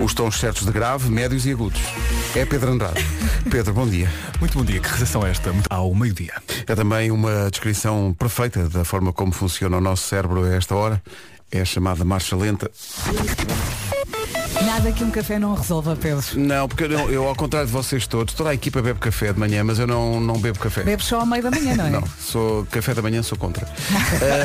Os tons certos de grave, médios e agudos. É Pedro Andrade. Pedro, bom dia. Muito bom dia, que recepção é esta? Muito- Ao meio-dia. É também uma descrição perfeita da forma como funciona o nosso cérebro a esta hora. É a chamada marcha lenta. Nada que um café não resolva, Pedro. Não, porque eu, não- eu, ao contrário de vocês todos, toda a equipa bebe café de manhã, mas eu não, não bebo café. Bebes só ao meio da manhã, não é? Não, sou café da manhã, sou contra.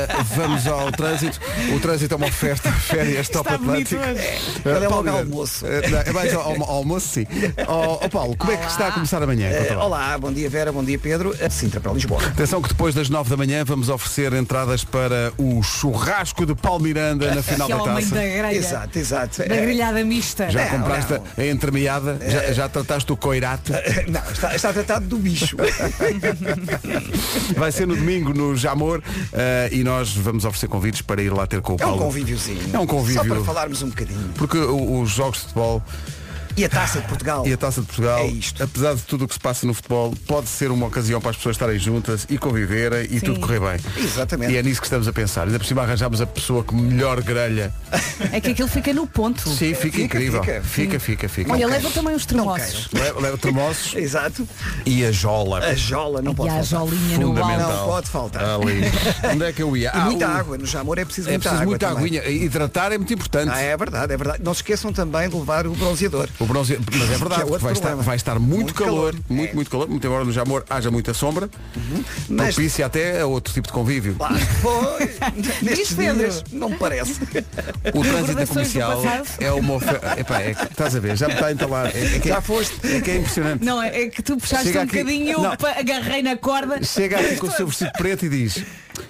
Ah, vamos ao trânsito. O trânsito é uma oferta, férias top bonito Atlântico. hoje. Ah, Ele é Paulo logo Miranda. almoço. Ah, não, É mais ao, ao- ao almoço, sim. Ó ó, Paulo, como é que está a começar amanhã? Eh, olá, bom dia Vera, bom dia Pedro. Eh, Sintra para Lisboa. Atenção que depois das 9 da manhã vamos oferecer entradas para o churrasco de Paulo Miranda na final Que da ao meio da taça. grelha. Exato, exato. Da Eh, grelhada mista. Já Não, compraste não. a entremeada? Já, já trataste o coirate? eh, Não, está, está tratado do bicho. Vai ser no domingo no Jamor eh, e nós vamos oferecer convites para ir lá ter com o É um Paulo. convíviozinho. É um Só convívio. para falarmos um bocadinho. Porque o- os jogos de futebol E a taça de Portugal. e a Taça de Portugal, É isto. apesar de tudo o que se passa no futebol, pode ser uma ocasião para as pessoas estarem juntas e conviverem e tudo correr bem. Exatamente. E é nisso que estamos a pensar. Ainda por cima arranjámos a pessoa que melhor grelha. É que aquilo fica no ponto. Sim, fica, Fica, incrível. Fica, fica. fica, fica. fica. Olha, Não leva quero. também os Não tremoços. Leva, leva termossos Exato. e a jola. É. A jola É não E pode a faltar. jolinha no Fundamental. balde. Não pode faltar. Ali. Onde é que eu ia? E muita o- água. No Jamor é preciso É muita preciso água. muita também. aguinha. Hidratar é muito importante. Ah, é verdade, é verdade. Não se esqueçam também de levar o bronzeador. O bronze, mas é Que é verdade, outro porque vai estar, problema. vai estar muito, Muito calor, calor. muito, É. muito calor, muito embora no Jamor haja muita sombra, Mas- propícia até a outro tipo de convívio. Lá, pois, nestes Pedro. dias, não me parece. O trânsito Recordações do comercial passado. é uma oferta. Epá, é que, estás a ver, já me está a entalar. É, é que, Já foste. É que é impressionante. Não, é é que tu puxaste Chega um aqui- bocadinho, eu Não. pa- agarrei na corda. Chega aqui com o seu vestido preto e diz,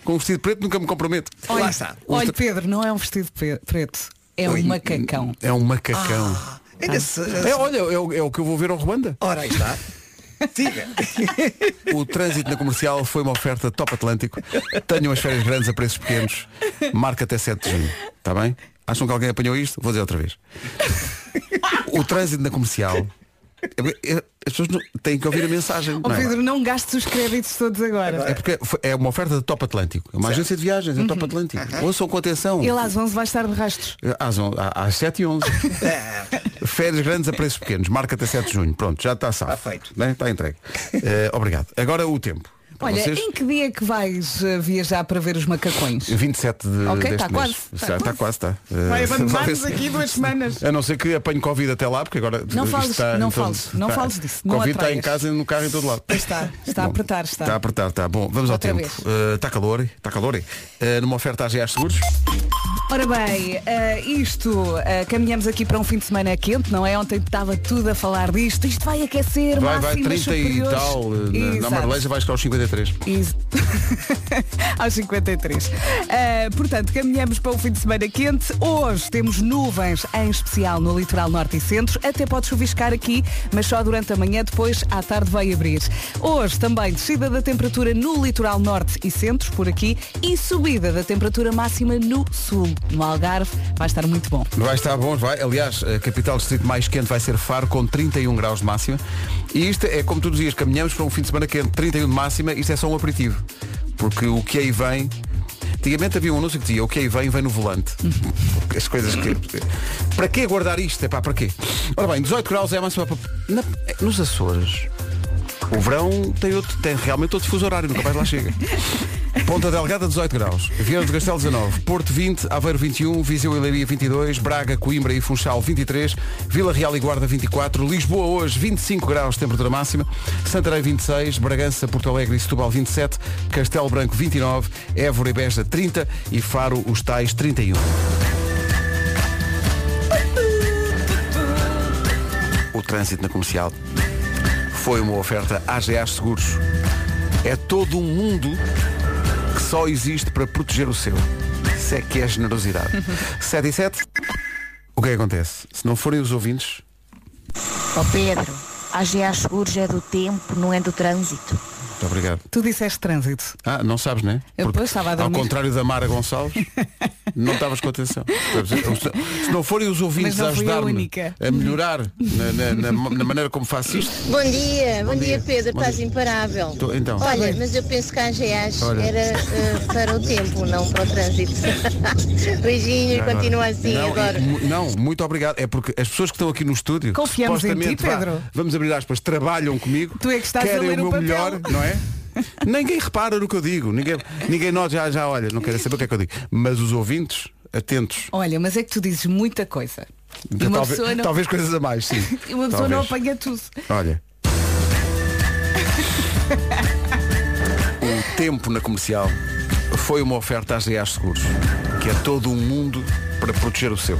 com o vestido preto nunca me comprometo. Olha, está. olha, Pedro, não é um vestido pe- preto. É um macacão. Ah. É um macacão. Ainda se- É, olha, é o, é o que eu vou ver ao Ruanda. Ora, aí está. Siga. O trânsito na comercial foi uma oferta top Atlântico. Tenham as férias grandes a preços pequenos. Marca até 7 de junho. Está bem? Acham que alguém apanhou isto? Vou dizer outra vez. O trânsito na comercial. é- é- As pessoas não- têm que ouvir a mensagem. Ó não é? Pedro, não gastes os créditos todos agora. É porque foi- é uma oferta da Top Atlântico. É uma agência de viagens, é Top Atlântico. Ouçam com atenção. Eh, Ele às 11 vai estar de rastros. Às, on- à- às 7 e 11 É, Férias grandes a preços pequenos. Marca até 7 de junho. Pronto, já está salvo. Está feito. Bem, está entregue. Eh, obrigado. Agora o tempo. Para Olha, vocês, em que dia é que vais eh, viajar para ver os macacões? 27 de Ok, deste está mês. quase, está Está, está quase, está. Eh, talvez- duas semanas. A não ser que apanhe Covid até lá, porque agora Não fales, está, não então, fales, não está- fales disso, não Covid está em atraias. casa, no carro e em todo lado. Está, está a Bom, tá apertar, está. Está a apertar, está. Bom, vamos ao Outra tempo. vez. Eh, Está calor, está calor. Eh, numa oferta à GA Seguros. Ora bem, eh, isto, eh, caminhamos aqui para um fim de semana quente, não é? Ontem estava tudo a falar disto, isto vai aquecer, Vai, vai, máximas 30 e superiores. tal. eh, Na, na Exato. Marleja vais chegar aos 53. Isso. Aos 53. Ah, portanto, caminhamos para o fim de semana quente. Hoje temos nuvens, em especial no litoral norte e centro. Até pode chuviscar aqui, mas só durante a manhã, depois à tarde vai abrir. Hoje também descida da temperatura no litoral norte e centro, por aqui, e subida da temperatura máxima no sul. No Algarve vai estar muito bom. Vai estar bom, vai. Aliás, a capital do distrito mais quente vai ser Faro, com 31 graus de máxima. E isto é como tu dizias, caminhamos para um fim de semana quente, 31 de máxima, isto é só um aperitivo. Porque o que aí vem. Antigamente havia um anúncio que dizia o que aí vem, vem no volante. As coisas que. Para que guardar isto? É pá, para quê? Ora bem, 18 graus é a máxima. para- Na- Nos Açores. O verão tem, outro, tem realmente outro fuso horário, nunca mais lá chega. Ponta Delgada, 18 graus. Vieira do Castelo, 19. Porto, 20. Aveiro, 21. Viseu e Leiria, 22. Braga, Coimbra e Funchal, 23. Vila Real e Guarda, 24. Lisboa, hoje, 25 graus, temperatura máxima. Santarém, 26. Bragança, Porto Alegre e Setúbal, 27. Castelo Branco, 29. Évora e Beja, 30. E Faro, os tais, 31. O trânsito na comercial foi uma oferta AGA Seguros. É todo um mundo que só existe para proteger o seu. Se é que é generosidade. 7 e 7. O que é que acontece? Se não forem os ouvintes, Ó Pedro, a GA Seguros é do tempo, não é do trânsito. Muito obrigado. Tu disseste trânsito. Ah, não sabes, né? Eu depois estava a ao dormir. contrário da Mara Gonçalves, não estavas com atenção. Se não forem os ouvintes Mas a não fui a ajudar-me única. a melhorar na, na- na- na maneira como faço isto, Bom dia, bom, dia. dia, Pedro, Bom estás dia. imparável. Tô- então. Tá Olha, mas eu penso que a AGAs Olha. era eh, para o tempo, não para o trânsito. Beijinho e continua assim, não, adoro. e- mu- não, muito obrigado. É porque as pessoas que estão aqui no estúdio, Confiamos em ti, supostamente, vá, Pedro. vamos abrir aspas, trabalham comigo, Tu é que estás a querem ler o o meu papel. melhor, não é? ninguém repara no que eu digo, ninguém, ninguém nós já, já olha, não querem saber o que é que eu digo. Mas os ouvintes, atentos, Olha, mas é que tu dizes muita coisa. E uma talvez, pessoa não, talvez coisas a mais, sim. e uma pessoa não Talvez. apanha tudo. Olha. O tempo na comercial foi uma oferta às GAs Seguros, que é todo um mundo para proteger o seu.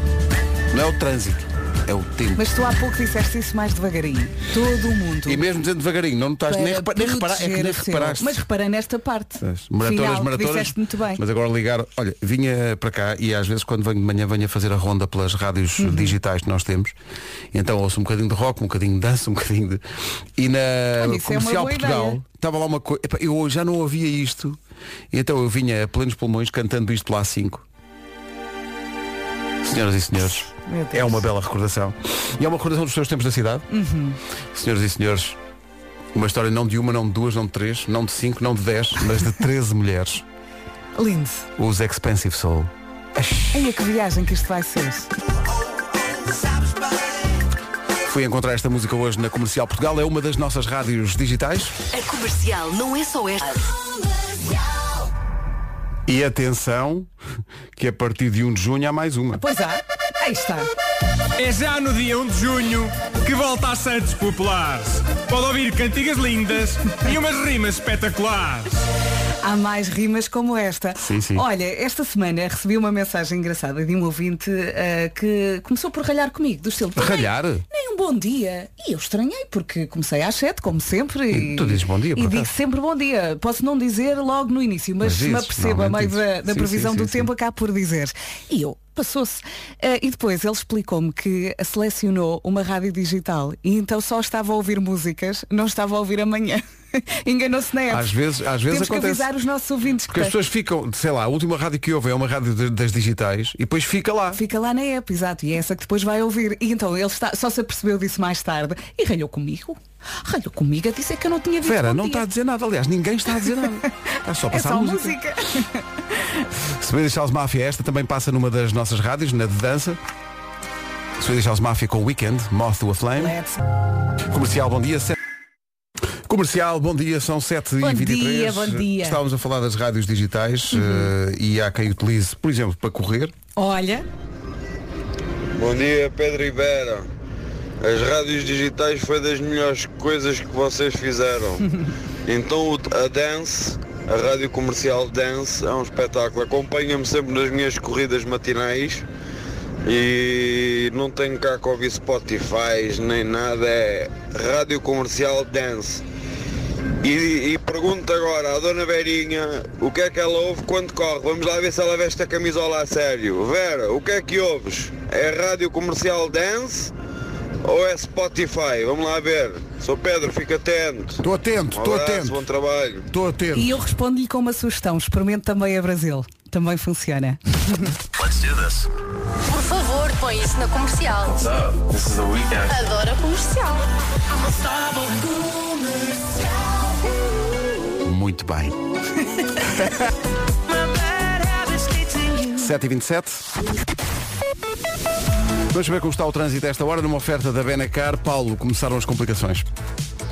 Não é o trânsito, é o tempo. Mas tu há pouco disseste isso mais devagarinho. Todo o mundo. E mesmo dizendo devagarinho, não estás nem, para repa nem reparar, é que proteger nem o seu. reparaste. Mas reparei nesta parte. As maratonas, Final, que maratonas. Disseste muito bem. Mas agora ligar, olha, vinha para cá e às vezes quando venho de manhã venho a fazer a ronda pelas rádios Uhum. digitais que nós temos. Então ouço um bocadinho de rock, um bocadinho de dança, um bocadinho de. E na Olha, isso é uma comercial boa Portugal ideia. estava lá uma coisa. Eu já não ouvia isto. Então eu vinha a plenos pulmões cantando isto lá 5. Senhoras e senhores, Meu Deus. Uhum. é uma bela recordação. E é uma recordação dos seus tempos da cidade. Senhoras e senhores, uma história não de uma, não de duas, não de três, não de cinco, não de dez, mas de 13 mulheres. Lindo. Os Expensive Soul. Olha que viagem que isto vai ser. Fui encontrar esta música hoje na Comercial Portugal. É uma das nossas rádios digitais. A comercial não é só esta. E atenção, que a partir de 1 de junho há mais uma. Pois há. Aí está. É já no dia 1 de junho que volta às Santos Populares. Pode ouvir cantigas lindas e umas rimas espetaculares. Há mais rimas como esta. Sim, sim. Olha, esta semana recebi uma mensagem engraçada de um ouvinte ah, que começou por ralhar comigo, do estilo. "Também Ralhar? Nem um bom dia. E eu estranhei, porque comecei às sete, como sempre. E tu dizes bom dia, por E digo acaso? sempre bom dia. Posso não dizer logo no início, mas, Mas se me dizes, apercebo a meio normalmente da, dizes. da Sim, previsão sim, do sim, tempo, acabo por dizer. E eu, passou-se. Ah, e depois ele explicou-me que selecionou uma rádio digital e então só estava a ouvir músicas, não estava a ouvir amanhã. Enganou-se na época. Às vezes- às vezes Temos que acontece. avisar os nossos ouvintes que Porque as tem- pessoas ficam, sei lá, a última rádio que ouvem é uma rádio de- das digitais e depois fica lá. Fica lá na app, exato, e é essa que depois vai ouvir. E então ele está, só se apercebeu disso mais tarde e ralhou comigo. Ralhou comigo a dizer que eu não tinha visto. Vera, bom não dia. está a dizer nada. Aliás, ninguém está a dizer nada. Está só a É passar só música. música. Swedish House Mafia, esta também passa numa das nossas rádios, na de dança. Swedish House Mafia com Weekend, Moth to a Flame. Let's- Comercial, bom dia. Sete- Comercial, bom dia, são 7h23. Bom dia, bom dia. Uhum. Estávamos a falar das rádios digitais eh, e há quem utilize, por exemplo, para correr. Olha, Bom dia, Pedro Ibera. As rádios digitais foi das melhores coisas que vocês fizeram. Então o- a Dance, a rádio comercial Dance, é um espetáculo. Acompanha-me sempre nas minhas corridas matinais e não tenho cá que ouvir Spotify nem nada. É rádio comercial Dance. E, e pergunto agora à Dona Verinha o que é que ela ouve quando corre. Vamos lá ver se ela veste a camisola a sério. Vera, o que é que ouves? É rádio comercial Dance ou é Spotify? Vamos lá ver. Sou Pedro, fica atento. Estou atento, Um estou abraço, atento, bom trabalho. estou atento. e eu respondo-lhe com uma sugestão. Experimento também a Brasil. Também funciona. Por favor, põe isso na comercial. Adoro a comercial. Muito bem. 7h27. Vamos ver como está o trânsito a esta hora numa oferta da Benacar. Paulo, começaram as complicações.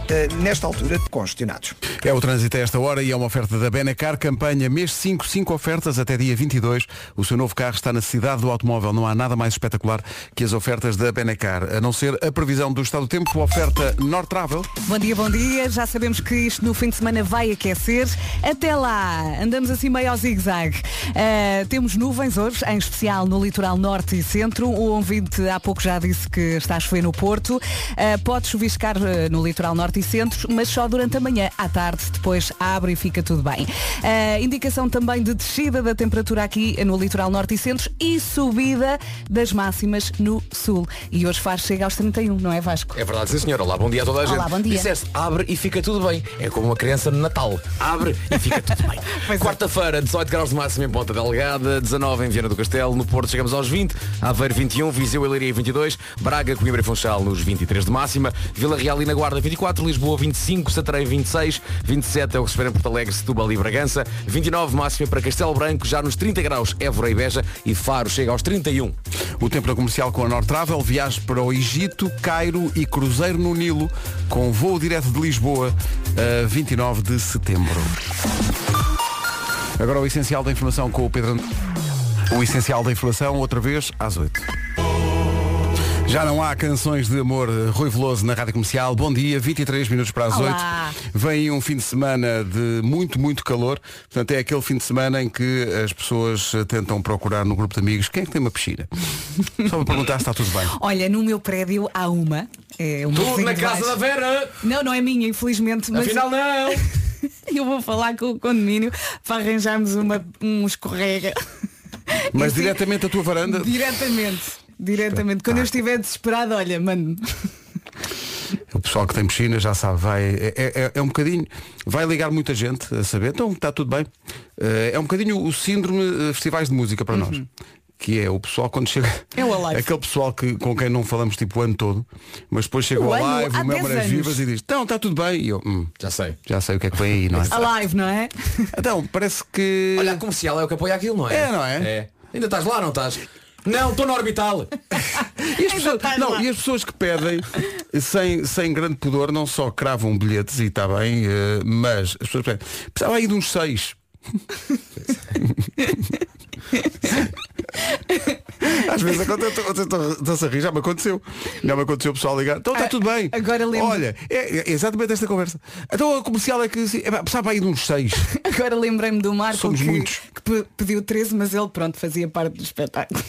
Eh, nesta altura, congestionados. É o trânsito a esta hora e é uma oferta da Benacar, campanha mês 5, 5 ofertas até dia 22. O seu novo carro está na cidade do automóvel. Não há nada mais espetacular que as ofertas da Benacar, a não ser a previsão do estado do tempo, a oferta North Travel. Bom dia, bom dia. Já sabemos que isto no fim de semana vai aquecer. Até lá, andamos assim meio ao zigue-zague. Eh, temos nuvens hoje, em especial no litoral norte e centro. O ouvinte há pouco já disse que está a chover no Porto. Eh, pode chuviscar eh, no litoral norte e centro, mas só durante a manhã. À tarde tarde, depois abre e fica tudo bem. Ah, indicação também de descida da temperatura aqui no litoral norte e centros e subida das máximas no sul. E hoje faz chega aos 31, não é Vasco? É verdade, sim senhora. Olá, bom dia a toda a gente. Olá, bom dia. Disseste, abre e fica tudo bem. É como uma criança no Natal. Abre e fica tudo bem. Pois é. Quarta-feira, 18 graus de máximo em Ponta Delgada, 19 em Viana do Castelo, no Porto chegamos aos 20, Aveiro 21, Viseu e Leiria 22, Braga, Coimbra e Funchal nos 23 de máxima, Vila Real e na Guarda 24, Lisboa 25, Santarém 26, 27 é o que se espera em Porto Alegre, Setúbal e Bragança, 29 máxima para Castelo Branco, já nos 30 graus Évora e Beja e Faro chega aos 31. O tempo na comercial com a Nord Travel viaja para o Egito, Cairo e Cruzeiro no Nilo com voo direto de Lisboa a 29 de setembro. Agora o essencial da informação com o Pedro. And- O essencial da informação outra vez às 8. Já não há canções de amor eh, Rui Veloso na Rádio Comercial. Bom dia, 23 minutos para as Olá. 8. Vem aí um fim de semana de muito, muito calor. Portanto, é aquele fim de semana em que as pessoas eh, tentam procurar no grupo de amigos quem é que tem uma piscina. Só para perguntar se está tudo bem. Olha, no meu prédio há uma. É um Tudo na casa da Vera! Não, não é minha, infelizmente. Mas Afinal não! eu vou falar com o condomínio para arranjarmos uma, um escorrega. Mas Enfim, diretamente a tua varanda. Diretamente. Diretamente. Quando eu estiver desesperado, olha, mano. O pessoal que tem piscina já sabe, vai, é, é- é um bocadinho, vai ligar muita gente a saber, então está tudo bem. Eh, é um bocadinho o síndrome eh, festivais de música para nós. Que é o pessoal quando chega. Uhum. É o Alive. Aquele pessoal que, com quem não falamos tipo o ano todo, mas depois chega O o ano, live, há o 10 Memórias anos. Vivas e diz, então está tudo bem. E eu, "Hum, Já sei. já sei o que é que vem aí, não é? Alive, não é? então, parece que. Olha, a comercial é o que apoia aquilo, não é? É, não é? Ainda estás lá, não estás? Não, estou na orbital. E as, pessoas, estás não, lá. e as pessoas que pedem sem, sem grande pudor não só cravam bilhetes e está bem, eh, mas as pessoas pedem, precisava aí de uns seis. Às vezes acontece, eu estou- eu estou- estou-se a rir, já me aconteceu. Já me aconteceu o pessoal ligar. Então está Ah, tudo bem. agora lembro- Olha, é, é exatamente esta conversa. Então a comercial é que assim, "Epá, precisava aí de uns seis. Agora lembrei-me do Marco Somos que, muitos. que pe- pediu 13, mas ele pronto, fazia parte do espetáculo.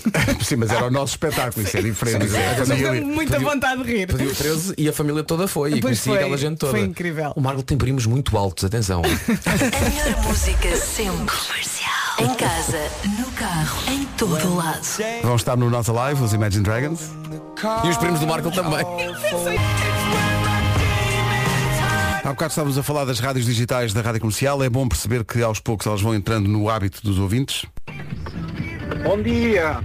Sim, mas era o nosso espetáculo, isso é diferente. A Mas família- deu muita vontade de rir. Pediu 13 e a família toda foi. e Pois conhecia foi, aquela gente toda. foi incrível. O Marco tem primos muito altos, atenção. A melhor música sempre. Comercial. Em casa, no carro, em todo o lado. Vão estar no nosso live, os Imagine Dragons. e os primos do Marco também. Há bocado estávamos a falar das rádios digitais da Rádio Comercial. É bom perceber que aos poucos elas vão entrando no hábito dos ouvintes. Bom dia!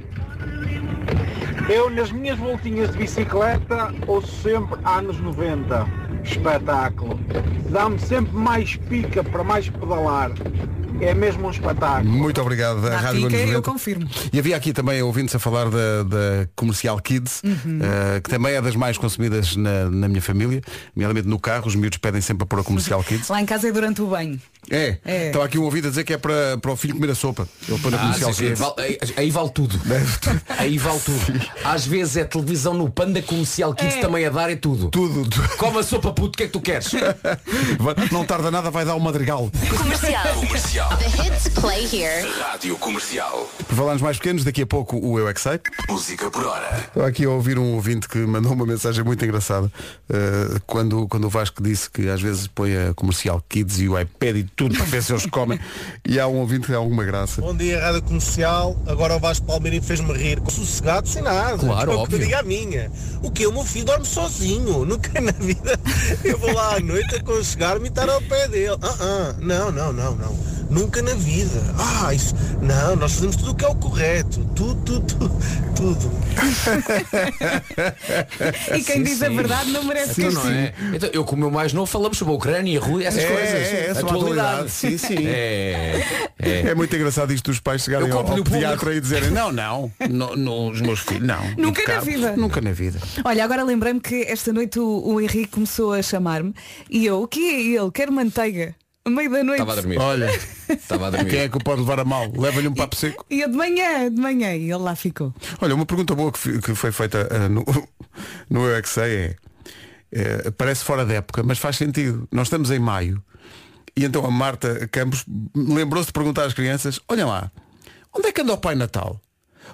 Eu nas minhas voltinhas de bicicleta ouço sempre anos 90. Espetáculo. Dá-me sempre mais pica para mais pedalar. É mesmo um espetáculo. Muito obrigado à Dá Rádio pica, Anos eu 90. confirmo. E havia aqui também ouvintes a falar da, da Comercial Kids, eh, que também é das mais consumidas na, na minha família, nomeadamente no carro, os miúdos pedem sempre para pôr a Comercial Kids. Lá em casa é durante o banho. É, É. estava aqui um ouvido a dizer que é para, para o filho comer a sopa. Ele põe na Ah, Comercial sim, sim, Kids. vale- aí, aí vale tudo. aí vale tudo. Às vezes é televisão no panda comercial que isso também a dar é tudo. Tudo, tudo. Come a sopa puto, o que é que tu queres? Não tarda nada, vai dar o madrigal. Comercial. The hits play here. Por falarmos mais pequenos, daqui a pouco o Eu é que Sei. Música por hora. Estou aqui a ouvir um ouvinte que mandou uma mensagem muito engraçada. eh, quando, quando o Vasco disse que às vezes põe a comercial Kids e o iPad e tudo para ver se eles comem. E há um ouvinte que dá alguma graça. Bom dia, Rádio Comercial. Agora o Vasco Palmeirinho fez-me rir. Sossegado sem nada. Claro, Desculpa que óbvio. eu diga a minha. O que? O meu filho dorme sozinho. Nunca na vida eu vou lá à noite aconchegar-me e estar ao pé dele. Ah, ah. Não, não, não, não. Nunca na vida. Ah, isso. Não, nós fazemos tudo o que é o correto. Tudo, tudo, tudo. tudo. E quem É Sim, diz a sim. verdade não merece Então isso. não é? Então, eu com o meu mais novo falamos sobre a Ucrânia, a Rússia, essas É, coisas. é, é, sobre a atualidade. Sim, sim. É, É. muito engraçado isto dos pais chegarem Eu ao, compro-lhe ao o público. pediatra e dizerem não, não, no, nos meus filhos, não. Nunca na vida. Nunca na vida. É Olha, agora lembrei-me que esta noite o, o Henrique começou a chamar-me e eu, o que é ele? Quero manteiga. A meio da noite. Estava a dormir. Olha, Estava a quem dormir. é que o pode levar a mal? Leva-lhe um papo seco. E eu de manhã, de manhã, e ele lá ficou. Olha, uma pergunta boa que, fi- que foi feita ah, no, no Eu é que sei é, eh, parece fora da época, mas faz sentido. Nós estamos em maio e então a Marta Campos lembrou-se de perguntar às crianças, olhem lá, onde é que anda o Pai Natal?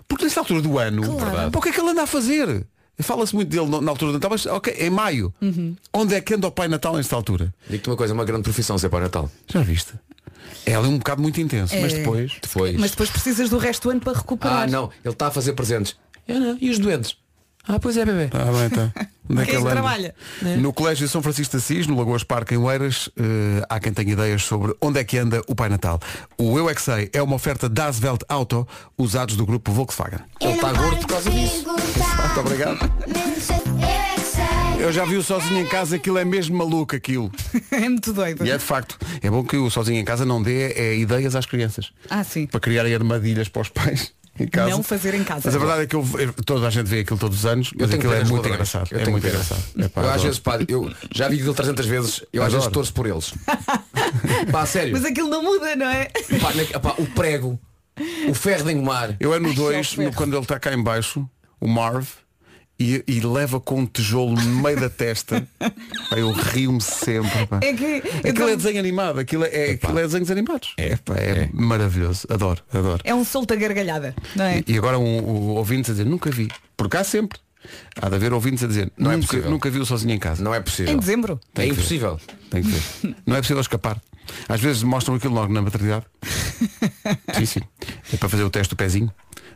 Porque nesta altura do ano, Claro. pá, o que é que ele anda a fazer? Fala-se muito dele no- na altura do Natal, mas ok, em maio. Onde é que anda o Pai Natal nesta altura? Digo-te uma coisa, é uma grande profissão ser Pai Natal. Já viste? Ela é um bocado muito intenso, É. mas depois. Depois. Mas depois precisas do resto do ano para recuperar. Ah, não, ele está a fazer presentes. Eu não. E os doentes? Ah, pois é, bebê. Ah, bem, então. Onde é que Quem ele anda? trabalha? né? No Colégio São Francisco de Assis, no Lagoas Parque, em Oeiras, eh, há quem tenha ideias sobre onde é que anda o Pai Natal. O Eu é Que Sei é uma oferta da Asvelt Auto, usados do grupo Volkswagen. Ele tá está gordo por causa disso. Muito obrigado. é Eu já vi o sozinho em casa, aquilo é mesmo maluco aquilo. é muito doido. E é de facto. É bom que o sozinho em casa não dê é, ideias às crianças. Ah, sim. Para criarem armadilhas para os pais. Em casa. Não fazer em casa. Mas a verdade é que eu, eu- toda a gente vê aquilo todos os anos, mas aquilo é pena dos muito ladrões. engraçado. Eu é tenho muito pena. engraçado. Epá, eu, às adoro. vezes, pá, eu já vi aquilo 300 vezes, eu às vezes Adoro. torço por eles. pá, a sério. Mas aquilo não muda, não é? Pá, na- pá, o prego, o ferro de engomar. Eu é no é 2, o ferro. quando ele está cá em baixo, o Marv, e, e leva com um tijolo no meio da testa. Pá, eu rio-me sempre. Pá. É que eu Aquilo é também- desenho animado, aquilo é, aquilo é desenhos animados. É, pá, é, maravilhoso. Adoro, adoro. é um solta gargalhada, não é? E, e agora um, o ouvintes a dizer, nunca vi. Porque há sempre. Há de haver ouvintes a dizer, Não é nunca, possível. nunca vi o sozinho em casa. Não é possível. Em dezembro. É impossível. Tem que ver. Não é possível escapar. Às vezes mostram aquilo logo na maternidade. sim, sim. É para fazer o teste do pezinho,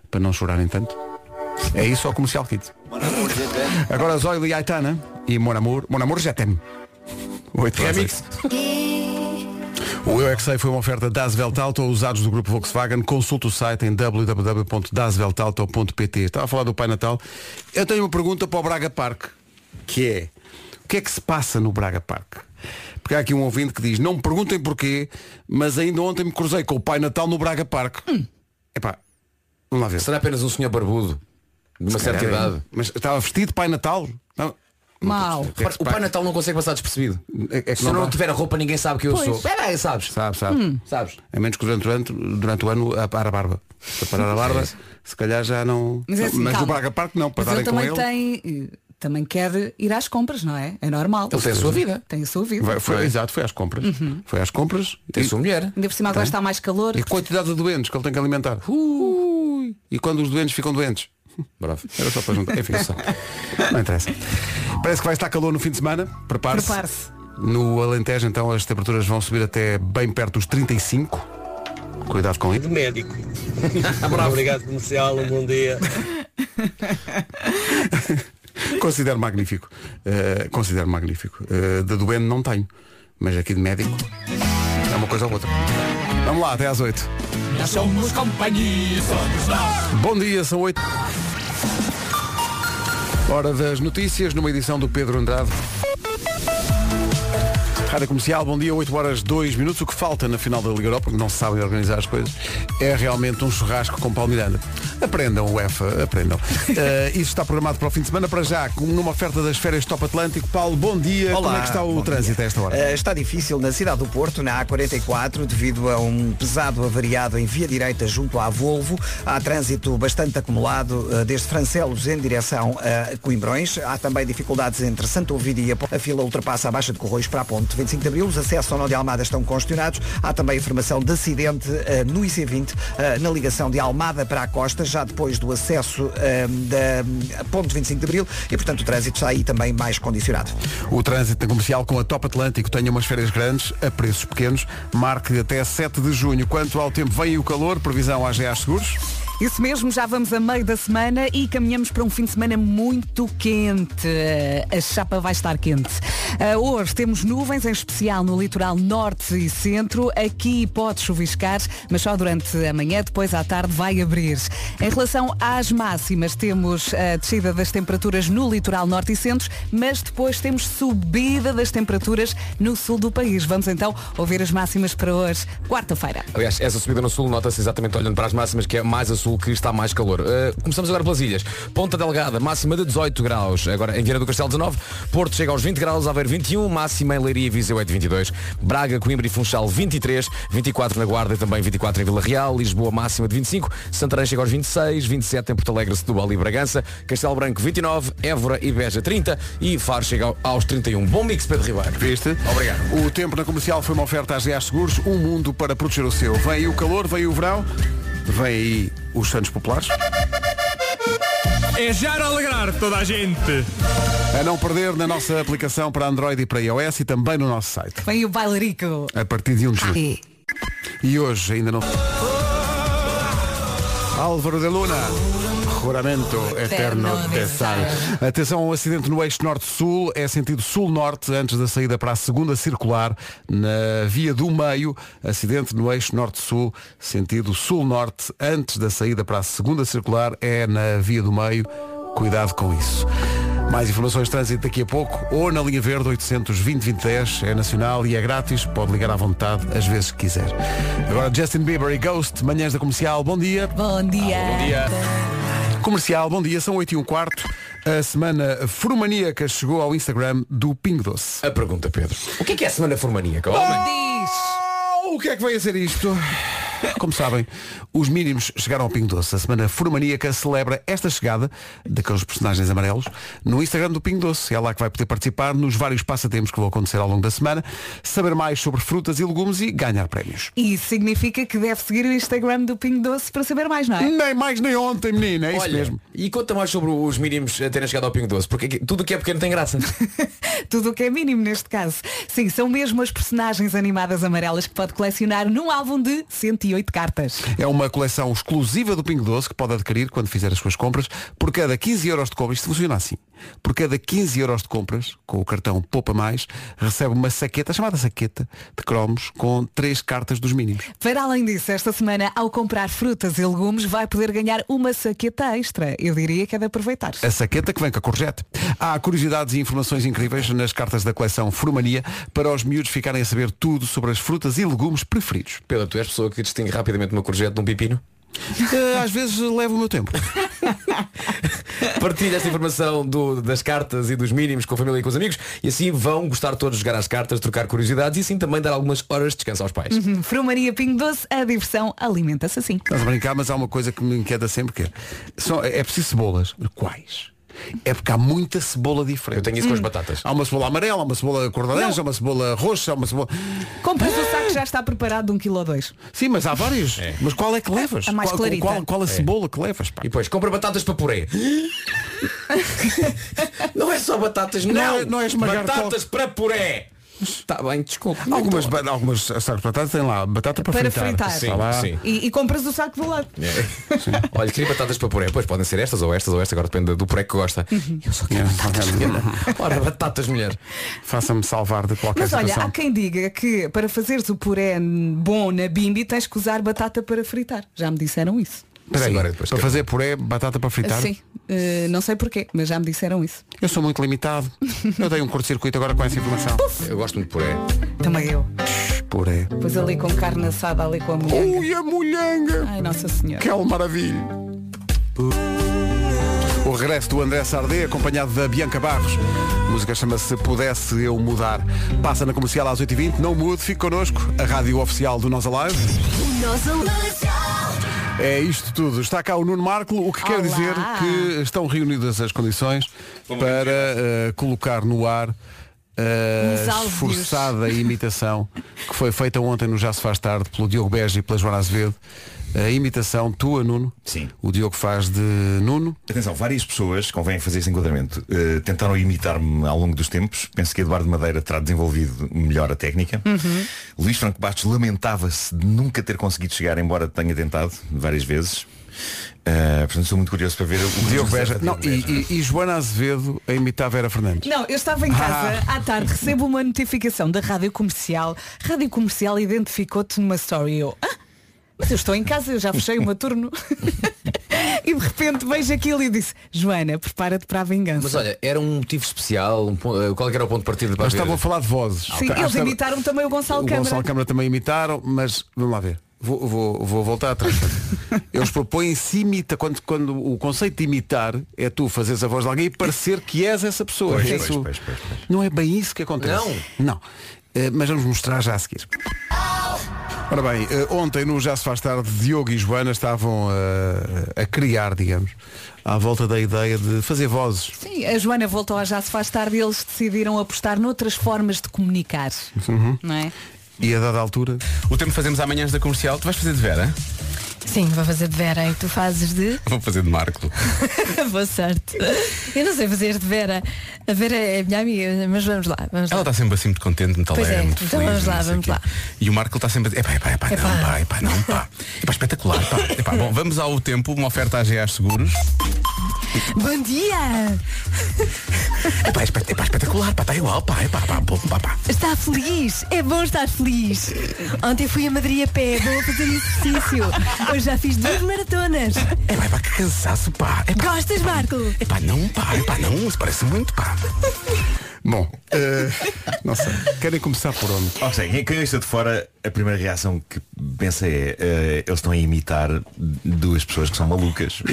para não chorarem tanto. É isso ao comercial kit. Agora Zoila e Aitana e Mon Amor. Mon Amor já tem. Oito horas, Remix. oito. É O Eu é que sei foi uma oferta da Asveltalto, usados do grupo Volkswagen. Consulta o site em www.dasveltalto.pt. Estava a falar do Pai Natal. Eu tenho uma pergunta para o Braga Parque, que é o que é que se passa no Braga Parque? Porque há aqui um ouvinte que diz, não me perguntem porquê, mas ainda ontem me cruzei com o Pai Natal no Braga Parque. Epá, vamos lá ver. Será apenas um senhor barbudo, de uma certa Era, idade. Mas estava vestido de Pai Natal? Não. é. Mal. Repara, o Pai Natal não consegue passar despercebido. É- é que Se não eu não dá. tiver a roupa, ninguém sabe que eu sou. É, bem, sabes? Sabe, sabe. Hum. Sabes? A menos que durante, o ano- durante o ano a parar a barba. Para parar a barba, se calhar já não. Mas, é assim, mas o calma. Braga Parque não, para Mas ele darem com também ele. tem. eh, Também quer ir às compras, não é? É normal. Ele tem a sua vida. Tem a sua vida. Vai- foi, Exato, foi às compras. Uhum. Foi às compras. Tem E- sua mulher. Ainda por cima agora está mais calor. E quantidade de doentes que ele tem que alimentar. Ui. E quando os doentes ficam doentes. Bravo. Era só para juntar. Enfim, só. Não interessa. Parece que vai estar calor no fim de semana. Prepare-se. Prepare-se. No Alentejo, então, as temperaturas vão subir até bem perto dos 35. Cuidado com isso. médico. Obrigado comercial, um bom dia. Considero magnífico. Eh, considero magnífico. Eh, de doente não tenho. Mas aqui de médico é uma coisa ou outra. Vamos lá, até às 8. somos companhia, somos nós. Bom dia, são 8. Hora das notícias, numa edição do Pedro Andrade. Rádio Comercial, bom dia, 8 horas 2 minutos. O que falta na final da Liga Europa, porque não se sabem organizar as coisas, é realmente um churrasco com Paulo Miranda. Aprendam, UEFA, aprendam. Eh, isso está programado para o fim de semana, para já, com- numa oferta das férias Top Atlântico. Paulo, bom dia. Olá, Como é que está o bom trânsito a esta hora? Eh, está difícil na cidade do Porto, na A44, devido a um pesado avariado em via direita junto à Volvo. Há trânsito bastante acumulado eh, desde Francelos em direção a Coimbrões. Há também dificuldades entre Santo Ovídio e a Ponte. A fila ultrapassa a Baixa de Corroios para a Ponte 25 de Abril. Os acessos ao Nó de Almada estão congestionados. Há também informação de acidente eh, no IC20, eh, na ligação de Almada para a Costa, já depois do acesso eh, da Ponte 25 de Abril. E, portanto, o trânsito está aí também mais condicionado. O trânsito comercial com a Top Atlântico tenha umas férias grandes a preços pequenos. Marque até 7 de junho. Quanto ao tempo, vem o calor. Previsão AGA Seguros. Isso mesmo, já vamos a meio da semana e caminhamos para um fim de semana muito quente. A chapa vai estar quente. Ah, Hoje temos nuvens, em especial no litoral norte e centro. Aqui pode chuviscar, mas só durante a manhã, depois à tarde vai abrir. Em relação às máximas, temos a descida das temperaturas no litoral norte e centro, mas depois temos subida das temperaturas no sul do país. Vamos então ouvir as máximas para hoje, quarta-feira. Aliás, essa subida no sul nota-se exatamente olhando para as máximas que é mais a sul que está mais calor. Uh, começamos agora pelas ilhas. Ponta Delgada, máxima de 18 graus. Agora em Viana do Castelo 19, Porto chega aos 20 graus, Aveiro 21, máxima em Leiria e Viseu é de 22, Braga, Coimbra e Funchal 23, 24 na Guarda e também 24 em Vila Real, Lisboa máxima de 25, Santarém chega aos 26, 27 em Porto Alegre, Setúbal e Bragança, Castelo Branco 29, Évora e Beja 30 e Faro chega aos 31. Bom mix, Pedro Ribeiro. Viste? Obrigado. O tempo na comercial foi uma oferta às GA Seguros, um mundo para proteger o seu. Vem aí o calor, vem aí o verão, vem aí os Santos Populares. É já a alegrar toda a gente. A não perder na nossa aplicação para Android e para iOS e também no nosso site. Vem o bailarico. A partir de 1 Ah, de é. julho. E hoje ainda não. Álvaro de Luna. Juramento eterno de sal. Atenção a um acidente no eixo norte-sul, é sentido sul-norte, antes da saída para a segunda circular, na via do meio. Acidente no eixo norte-sul, sentido sul-norte, antes da saída para a segunda circular, é na via do meio. Cuidado com isso. Mais informações de trânsito daqui a pouco ou na linha verde 820-2010. É nacional e é grátis. Pode ligar à vontade às vezes que quiser. Agora Justin Bieber e Ghost, manhãs da comercial. Bom dia. Bom dia. Ah, Bom dia. Comercial, bom dia, são 8 e um quarto. A semana formaníaca chegou ao Instagram do Pingo Doce. A pergunta, Pedro. O que é que é a semana formaníaca? Oh, o que é que vai a ser isto? Como sabem, os mínimos chegaram ao Pingo Doce. A semana formaníaca celebra esta chegada daqueles personagens amarelos no Instagram do Pingo Doce. É lá que vai poder participar nos vários passatempos que vão acontecer ao longo da semana, saber mais sobre frutas e legumes e ganhar prémios. Isso significa que deve seguir o Instagram do Pingo Doce para saber mais, não é? Nem mais nem ontem, menina, é isso Olha, mesmo. E conta mais sobre os mínimos a terem chegado ao Pingo Doce, porque aqui- tudo o que é pequeno tem graça. Tudo o que é mínimo neste caso. Sim, são mesmo as personagens animadas amarelas que pode colecionar num álbum de 108 cartas. É uma coleção exclusiva do Pingo Doce que pode adquirir quando fizer as suas compras por cada 15 euros de compras. Isto funciona assim. Por cada 15 euros de compras, com o cartão Poupa Mais, recebe uma saqueta, chamada saqueta, de cromos com três cartas dos mínimos. Para além disso, esta semana, ao comprar frutas e legumes, vai poder ganhar uma saqueta extra. Eu diria que é de aproveitar. A saqueta que vem com a corjete. Há curiosidades e informações incríveis nas cartas da coleção Frumania para os miúdos ficarem a saber tudo sobre as frutas e legumes preferidos. Pedro, tu és pessoa que distingue rapidamente uma corjete de um pepino? Eh, Às vezes leva o meu tempo. Partilha esta informação do- das cartas e dos mínimos com a família e com os amigos e assim vão gostar todos de jogar às cartas, trocar curiosidades e assim também dar algumas horas de descanso aos pais. É. Uhum. Frumaria Pingo Doce, a diversão alimenta-se assim. Estás a brincar, mas há uma coisa que me inquieta sempre que é. São, é preciso cebolas. Quais? É porque há muita cebola diferente. Eu tenho isso com as batatas. Há uma cebola amarela, há uma cebola cor de laranja, há uma cebola roxa, há uma cebola. Compras o saco que já está preparado de um quilo ou dois. Sim, mas há vários. Mas qual é que levas? A mais qual, clarita. qual, É. qual a cebola que levas? Pá? E depois, compra batatas para purê. não é só batatas, não. Não é- não é esmagar batatas para puré. Está bem, desculpa. Algumas, ba- algumas sacos de batata têm lá batata para, Para fritar. fritar. Está lá. Sim, sim. E, e compras o saco do lado. É. Olha, queria batatas para puré. Pois podem ser estas ou estas ou estas, agora depende do puré que gosta. Uhum. Eu só quero batatas, mulher. Ora, batatas, mulher. É, Faça-me salvar de qualquer Mas olha, situação. há quem diga que para fazeres o puré bom na bimbi tens que usar batata para fritar. Já me disseram isso. Espera aí, Sim, agora depois para quero. fazer puré, batata para fritar? Sim, Eh, não sei porquê, mas já me disseram isso. Eu sou muito limitado. Eu dei um curto-circuito agora com essa informação. Eu gosto muito de puré. Também eu. Puré. Pois ali com carne assada, ali com a mulher. Ui, a molhanga! Ai, Nossa Senhora. Que é maravilha! O regresso do André Sardé, acompanhado da Bianca Barros. A música chama-se Pudesse Eu Mudar. Passa na comercial às 8h20. Não mude, fique connosco. A rádio oficial do Nós Alive. É isto tudo. Está cá o Nuno Marco, o que quer Olá. dizer que estão reunidas as condições para eh, colocar no ar Uns a áudios. esforçada imitação que foi feita ontem no Já se faz tarde pelo Diogo Beja e pela Joana Azevedo. A imitação tua, Nuno. Sim. O Diogo faz de Nuno. Atenção, várias pessoas, convém fazer esse enquadramento, eh, tentaram imitar-me ao longo dos tempos. Penso que Eduardo Madeira terá desenvolvido melhor a técnica. Luís Franco Bastos lamentava-se de nunca ter conseguido chegar, embora tenha tentado várias vezes. Eh, portanto, sou muito curioso para ver o que Diogo nos Beja. reserva Não, e, e- e Joana Azevedo a imitar Vera Fernandes. Não, eu estava Ah! em casa à tarde, recebo uma notificação da Rádio Comercial. Rádio Comercial identificou-te numa story. Eu, ah, mas eu estou em casa, eu já fechei o meu turno. e de repente vejo aquilo e disse, Joana, prepara-te para a vingança. Mas olha, era um motivo especial, um pon- eh, qual é que era o ponto de partida para Nós ver? estavam a falar de vozes. Sim, Ah, eles estava- imitaram também o Gonçalo O Câmara. Gonçalo Câmara também imitaram, mas vamos lá ver. Vou, vou- vou voltar atrás. Eles propõem-se imita, quando, quando o conceito de imitar é tu fazeres a voz de alguém e parecer que és essa pessoa. Pois, que és pois, o- pois, pois, pois. Não é bem isso que acontece. Não. Não. Eh, mas vamos mostrar já a seguir. Ora bem, eh, ontem no Já se faz tarde, Diogo e Joana estavam eh, a criar, digamos, à volta da ideia de fazer vozes. Sim, a Joana voltou a Já se faz tarde e eles decidiram apostar noutras formas de comunicar. Não é? E a dada altura. O tempo que fazemos amanhã da comercial, tu vais fazer de Vera? Sim, vou fazer de Vera e tu fazes de. Vou fazer de Marco. Boa sorte. Eu não sei fazer de Vera. A Vera é minha amiga, mas vamos lá. Vamos lá. Ela está sempre assim muito contente, muito Pois alegre, é, muito então feliz. vamos lá, não sei vamos o quê. lá. E o Marco está sempre a dizer, epá, epá, epá, Epá. não, pá, epá, não, pá. Epá, espetacular, pá. Epá, bom, vamos ao tempo, uma oferta à GA Seguros. Bom dia! Epá, espet- epá, espetacular, pá, está igual, pá, epá, pá, bom, pá, pá. Está feliz? É bom estar feliz. Ontem fui a Madrid a pé, vou fazer exercício. Hoje já fiz duas maratonas. Epá, epá, é, que cansaço, pá. Epá, Gostas, Marco? epá, não, pá, epá, não, isso parece muito, pá. Bom, eh, não sei. Querem começar por onde? Ou seja, quem- quem eu estou de fora, a primeira reação que pensa é eh, eles estão a imitar duas pessoas que são malucas.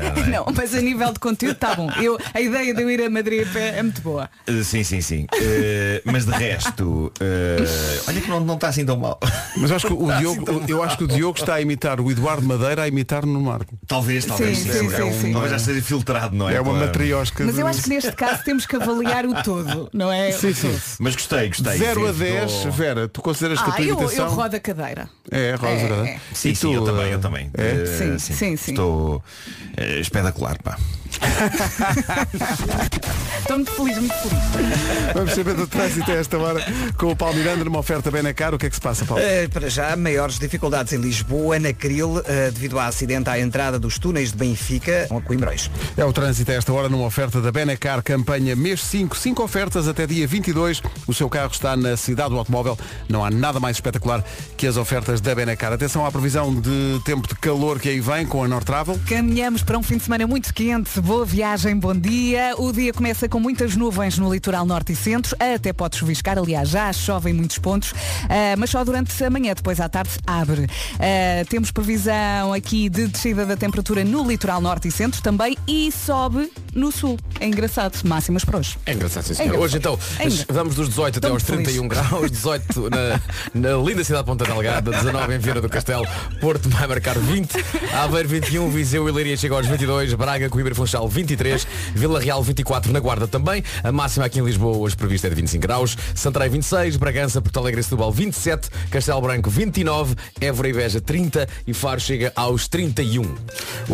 Eh, Tá Não, mas a nível de conteúdo está bom. Eu, a ideia de eu ir a Madrid a pé é muito boa. eh, sim, sim, sim. Eh, mas de resto, eh, olha que não, não está assim tão mal. Mas acho que o Diogo, eu acho que o Diogo está a imitar o Eduardo Madeira a imitar no Marco. Talvez, talvez. Sim, sim, sim, é sim, um- sim. Talvez já seja filtrado, não é? É uma Pela- matriosca Mas eu acho que neste caso temos que avaliar o todo, não é? Sim, sim. Mas gostei, gostei. 0 a Sim, 10, ficou- Vera, tu consideras que a Ah, tua eu, eu imitação. rodo a cadeira. É, roda, É, roda. é. Sim, E sim, tu, eu também, eh, eu também. é? Sim, Eh, sim, sim. Estou eh, espetacular, pá. Estou muito feliz, muito feliz. Vamos saber do trânsito a esta hora com o Paulo Miranda numa oferta bem na cara. O que é que se passa, Paulo? Eh, para já, maiores dificuldades em Lisboa, na Cril, eh, devido ao acidente à entrada dos túneis de Benfica, com Coimbrões. É o trânsito a esta hora numa oferta da Benacar, campanha mês 5, 5 ofertas até dia 22. O seu carro está na cidade do automóvel. Não há nada mais espetacular que as ofertas da Benacar. Atenção à previsão de tempo de calor que aí vem com a Nortravel. Caminhamos para um fim de semana muito quente. Boa viagem, bom dia. O dia começa com muitas nuvens no litoral norte e centro. Até pode chuviscar, aliás, já chove em muitos pontos, ah, mas só durante a manhã, depois à tarde, abre. Ah, temos previsão aqui de descida da temperatura no litoral norte e centro também e sobe no sul. É engraçado. Máximas para hoje. É engraçado, sim, senhor. Ainda. Hoje então, Ainda. vamos dos 18 até Estou aos muito 31 graus, 18 na, na linda cidade de Ponta Delgada, 19 em Vieira do Castelo, Porto vai marcar 20, Aveiro 21, Viseu e Leiria chega aos 22, Braga, Coimbra e Funchal 23, Vila Real 24 na Guarda também, a máxima aqui em Lisboa hoje prevista é de 25 graus, Santarém 26, Bragança, Porto Alegre e Setúbal 27, Castelo Branco 29, Évora e Beja 30 e Faro chega aos 31. Então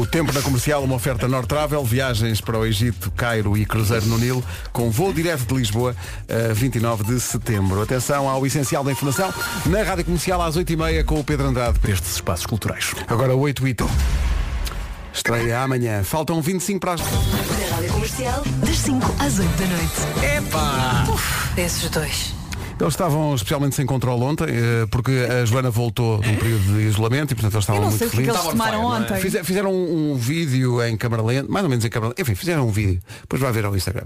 O tempo na comercial, uma oferta Nortravel, viagens para o Egito, Cairo e Cruzeiro no Nilo, com voo direto de Lisboa, a 29 de setembro. Atenção ao essencial da informação, na Rádio Comercial às 8h30 com o Pedro Andrade. Estes espaços culturais. Agora 8 h Estreia amanhã. Faltam 25 para as... Na Rádio Comercial, das 5 às 8 da noite. Epá! Uf, esses dois. Eles estavam especialmente sem controle ontem, eh, porque a Joana voltou de um período de isolamento e, portanto, eles estavam Eu não muito sei o que é que felizes. eles tomaram ontem. Fize- Fizeram um, um vídeo em câmara lenta, mais ou menos em câmara lenta, enfim, fizeram um vídeo, depois vai ver ao Instagram.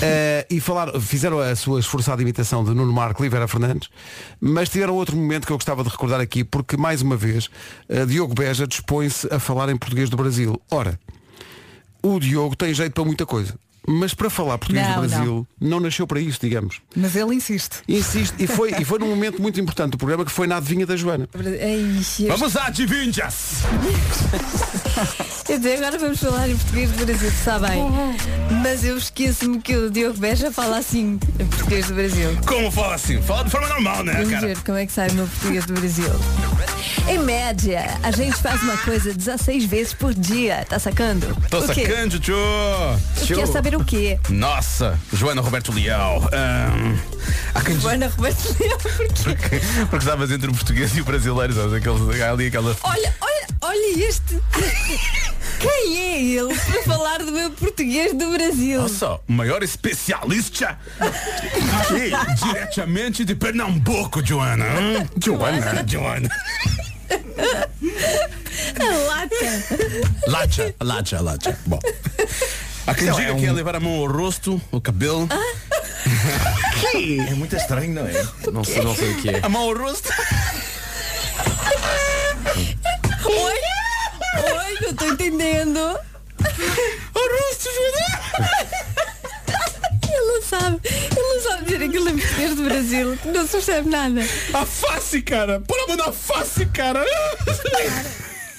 Eh, e falaram, fizeram a sua esforçada imitação de Nuno Marco e Vera Fernandes, mas tiveram outro momento que eu gostava de recordar aqui, porque mais uma vez eh, Diogo Beja dispõe-se a falar em português do Brasil. Ora, o Diogo tem jeito para muita coisa. Mas para falar português Não, do Brasil não. nasceu para isso, digamos. Mas ele insiste. Insiste. E foi, e foi num momento muito importante do programa que foi na adivinha da Joana. Vamos à adivinhas! Quer dizer, agora vamos falar em português do Brasil, está Tá bem. Uhum. Mas eu esqueço-me que o Diogo Beja fala assim em português do Brasil. Como fala assim? Fala de forma normal, né, Vamos cara? ver como é que sai o meu português do Brasil. Em média, a gente faz uma coisa 16 vezes por dia, tá sacando? Tô o quê? sacando, tio! Eu quero saber o quê? Nossa, Joana Roberto Leal. Ahn, há quem diz- Joana Roberto Leal, por quê? porque, porque estavas entre o português e o brasileiro, sabes? Aqueles, há ali aquela. Olha, olha, olha este. Quem é ele para falar do meu português do Brasil? Olha só, o maior especialista aqui, diretamente de Pernambuco, Joana. Hum, Joana, Joana. Lata. Lacha, lacha, lacha. Bom. Há quem Não, diga é que é um- levar a mão ao rosto, o cabelo. É muito estranho, não é? Não sei, não sei o que é. A mão ao rosto. Oi? Oi, não tô entendendo. Augusto, Ele não sabe. Ele não sabe dizer aquilo em português do Brasil. Não se percebe nada. A face, cara. Pôr a mão na face, cara.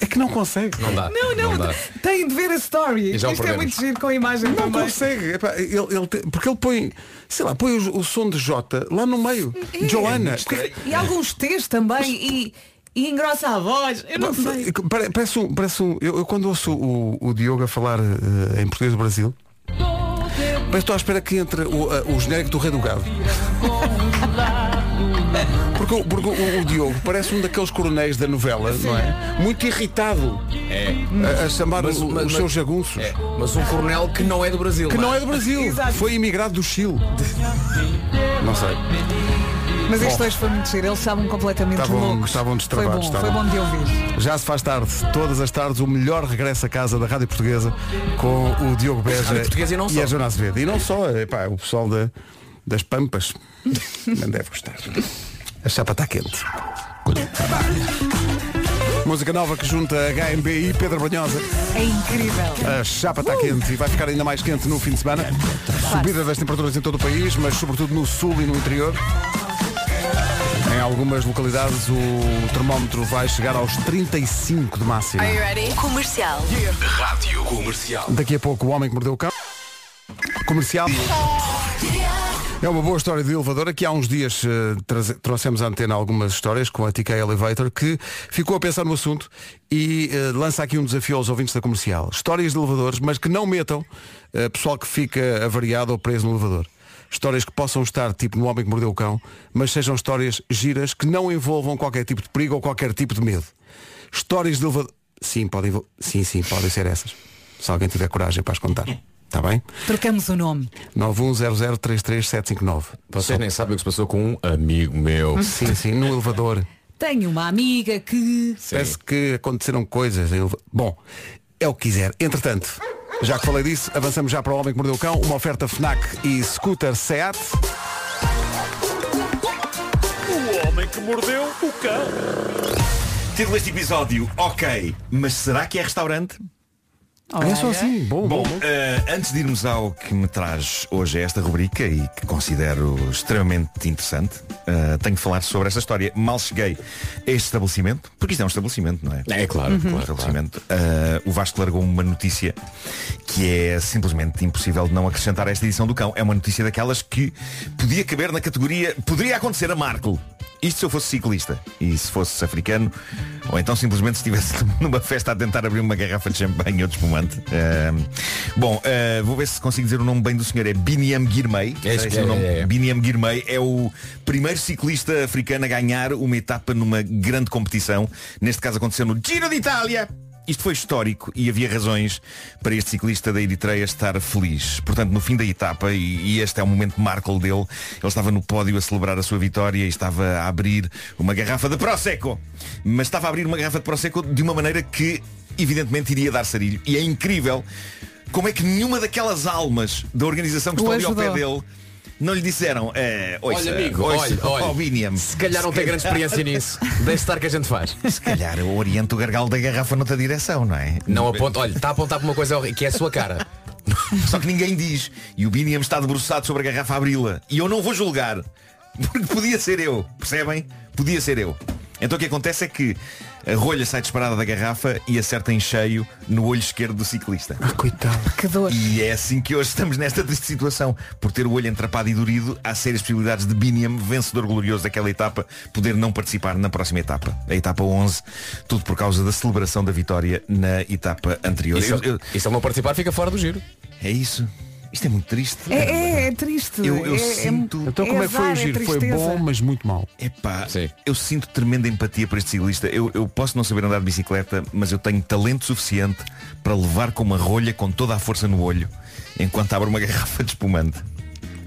É que não consegue. Não dá. Não, não, dá. tem de ver a story. E já o Isto é perdemos. muito giro com a imagem Não também. consegue. Epá, ele, ele tem- porque ele põe, sei lá, É, É, põe o, o som de J lá no meio. Joana. Porque- E alguns T's também e e engrossa a voz. Eu não sei. Pare- Parece um. Parece um eu, eu quando ouço o, o Diogo a falar eh, em português do Brasil, parece que estou à espera que entre o, eh, o genérico do Rei do Gado. Porque, o- porque o, o Diogo parece um daqueles coronéis da novela, não é? Muito irritado a, a chamar É. Mas o- o- mas- os mas- seus jagunços. Mas um coronel que não é do Brasil. Que não é? é do Brasil. Foi imigrado do Chile. Não sei. Mas Bom. estes é dois um foi muito giro, eles estavam completamente Estavam, loucos. estavam foi bom, destravados. foi estavam. bom de ouvir. Já se faz tarde, todas as tardes, o melhor regresso a casa da Rádio Portuguesa com o Diogo Beja Rádio Portuguesa e não só. a Joana Azevedo. E não só, epá, o pessoal da- das Pampas não deve gostar. A chapa está quente. Música nova que junta HMB e Pedro Banhosa. É incrível. A chapa está quente e vai ficar ainda mais quente no fim de semana. Subida das temperaturas em todo o país, mas sobretudo no sul e no interior. Em algumas localidades o termómetro vai chegar aos 35 de máximo. Are you ready? Comercial. Rádio Comercial. Daqui a pouco o homem que mordeu o cão. Comercial. É uma boa história de elevador. Aqui há uns dias eh, traze- trouxemos à antena algumas histórias com a TK Elevator que ficou a pensar no assunto e eh, lança aqui um desafio aos ouvintes da comercial. Histórias de elevadores, mas que não metam eh, pessoal que fica avariado ou preso no elevador. Histórias que possam estar tipo no homem que mordeu o cão, mas sejam histórias giras que não envolvam qualquer tipo de perigo ou qualquer tipo de medo. Histórias de elevador. Sim, podem, envol- sim, sim, podem ser essas. Se alguém tiver coragem para as contar. Está bem? Trocamos o nome. 910033759. Vocês nem sabem o que se passou Hum. com um amigo meu. Sim, sim, no elevador. Tenho uma amiga que. Parece que aconteceram coisas. em eleva- Bom, é o que quiser. Entretanto, já que falei disso, avançamos já para o Homem que Mordeu o Cão, uma oferta FNAC e Scooter Seat. O homem que mordeu o cão. Título deste episódio, ok, mas será que é restaurante? É só assim. Bom, bom. eh, antes de irmos ao que me traz hoje a esta rubrica e que considero extremamente interessante, eh, tenho de falar sobre esta história. Mal cheguei a este estabelecimento, porque isto é um estabelecimento, não é? É claro, Uhum. claro, Estabelecimento. Eh, o Vasco largou uma notícia que é simplesmente impossível de não acrescentar a esta edição do cão. É uma notícia daquelas que podia caber na categoria Poderia acontecer a Marco. Isto se eu fosse ciclista e se fosse africano, ou então simplesmente se estivesse numa festa a tentar abrir uma garrafa de champanhe ou de espumante. Ahm, bom, ah, vou ver se consigo dizer o nome bem do senhor. É Biniam Girmay. É isso, Sei se o é, nome- é, é. Biniam Girmay é o primeiro ciclista africano a ganhar uma etapa numa grande competição. Neste caso aconteceu no Giro de Itália. Isto foi histórico e havia razões para este ciclista da Eritreia estar feliz. Portanto, no fim da etapa, e, e este é o momento marco dele, ele estava no pódio a celebrar a sua vitória e estava a abrir uma garrafa de Prosecco. Mas estava a abrir uma garrafa de Prosecco de uma maneira que, evidentemente, iria dar sarilho. E é incrível como é que nenhuma daquelas almas da organização que O estão ali ao pé dele ajudou. não lhe disseram, eh, ouça, olha, amigo, ouça, olha, olha. ó, Biniam, se calhar não se tem grande calhar- experiência nisso. Deixe estar que a gente faz. Se calhar eu oriento o gargalo da garrafa noutra direção, não é? Não aponta, olha, está a apontar para uma coisa horrível, que é a sua cara. Só que ninguém diz. E o Biniam está debruçado sobre a garrafa a abri-la. E eu não vou julgar. Porque podia ser eu, percebem? Podia ser eu. Então o que acontece é que a rolha sai disparada da garrafa e acerta em cheio no olho esquerdo do ciclista. Coitado. Que dor. E é assim que hoje estamos nesta triste situação. Por ter o olho entrapado e dorido, há sérias possibilidades de Biniam, vencedor glorioso daquela etapa, poder não participar na próxima etapa. A etapa 11. Tudo por causa da celebração da vitória na etapa anterior. E se ele- e se ele não participar, fica fora do giro. É isso. Isto é muito triste. É, é, é triste. Eu, eu é, é- sinto. azar, tristeza. mas muito mal. Epá, eu sinto tremenda empatia por este ciclista. Eu, eu posso não saber andar de bicicleta, mas eu tenho talento suficiente para levar com uma rolha com toda a força no olho enquanto abro uma garrafa de espumante.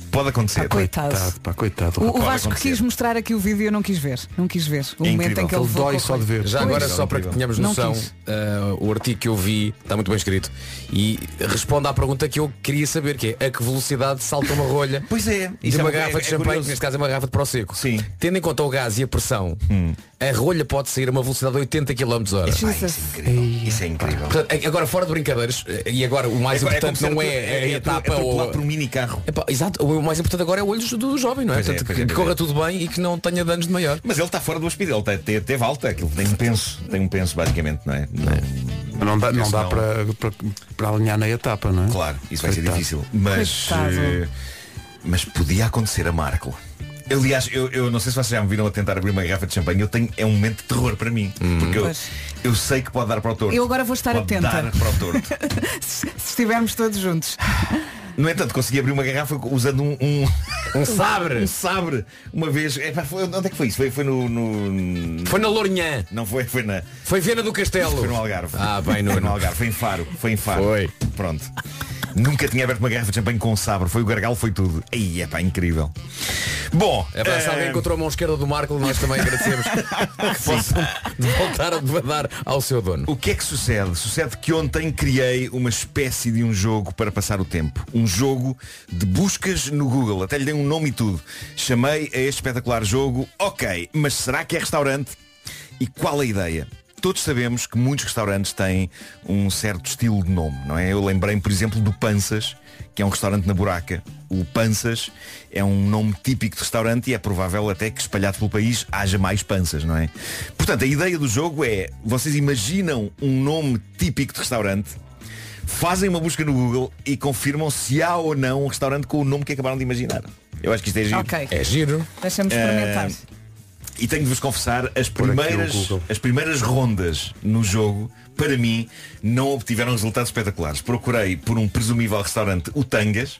Pode acontecer. coitado. Coitado, pá, coitado. O, o Vasco quis mostrar aqui o vídeo e eu não quis ver. Não quis ver. O momento em que ele levou com a coisa. Já Pois. agora, só para que tenhamos Não noção, quis. eh, o artigo que eu vi está muito bem escrito e responde à pergunta que eu queria saber, que é a que velocidade salta uma rolha Pois é. e Isso de é uma uma- garrafa é- de é champanhe, curioso. que neste caso é uma garrafa de Prosecco. Sim. Hum. Tendo em conta o gás e a pressão, a rolha pode sair a uma velocidade de 80 km Epá, hora. isso é incrível. Isso é incrível. Portanto, a- agora fora de brincadeiras, eh, e agora o mais É co- é importante como ser não é, atro- é a é atro- etapa atropelar ou... por um mini carro. exato, o mais importante agora é o olho do, do jovem, não é? Pois é, Portanto, pois que, é, que pois corra é. tudo bem e que não tenha danos de maior. Mas ele está fora do hospital, ele te- teve alta, aquilo tem um penso, tem um penso basicamente, não é? Não, Não dá, não penso dá para, para, para alinhar na etapa, não é? Claro, isso vai ser Coitado. difícil. Mas, Coitado. eh, mas podia acontecer a Marco. Aliás, eu, eu não sei se vocês já me viram a tentar abrir uma garrafa de champanhe. Eu tenho, é um momento de terror para mim. Porque eu, Pois. eu sei que pode dar para o torto. Eu agora vou estar pode atenta. Dar para o torto. se se estivermos todos juntos. No entanto, consegui abrir uma garrafa usando um, um, Um sabre. Um sabre. Uma vez. epá, foi- onde é que foi isso? Foi, foi no, Foi na Lourinhã. Não foi, foi na. Foi Viana do Castelo. Foi no Algarve. Ah, bem, no- Foi no Algarve. Foi em Faro. Foi em Faro. Foi. Pronto. Nunca tinha aberto uma garrafa de champanhe com um sabre. Foi o gargalo, foi tudo. Aí, é pá, incrível. Bom. É pá, se alguém eh, encontrou a mão esquerda do Marco, nós também agradecemos que possam voltar a dar ao seu dono. O que é que sucede? Sucede que ontem criei uma espécie de um jogo para passar o tempo. Um jogo de buscas no Google. Até lhe dei um nome e tudo. Chamei a este espetacular jogo Ok, mas será que é restaurante? E qual a ideia? Todos sabemos que muitos restaurantes têm um certo estilo de nome, não é? Eu lembrei-me, por exemplo, do Panças, que é um restaurante na Buraca. O Panças é um nome típico de restaurante e é provável até que espalhado pelo país haja mais panças, não é? Portanto, a ideia do jogo é, vocês imaginam um nome típico de restaurante, fazem uma busca no Google e confirmam se há ou não um restaurante com o nome que acabaram de imaginar. Eu acho que isto é giro. Ok. É giro. Deixa-me experimentar. Ah, e tenho de vos confessar, as aqui o primeiras, Google. as primeiras rondas no jogo, para mim, não obtiveram resultados espetaculares. Procurei por um presumível restaurante, o Tangas,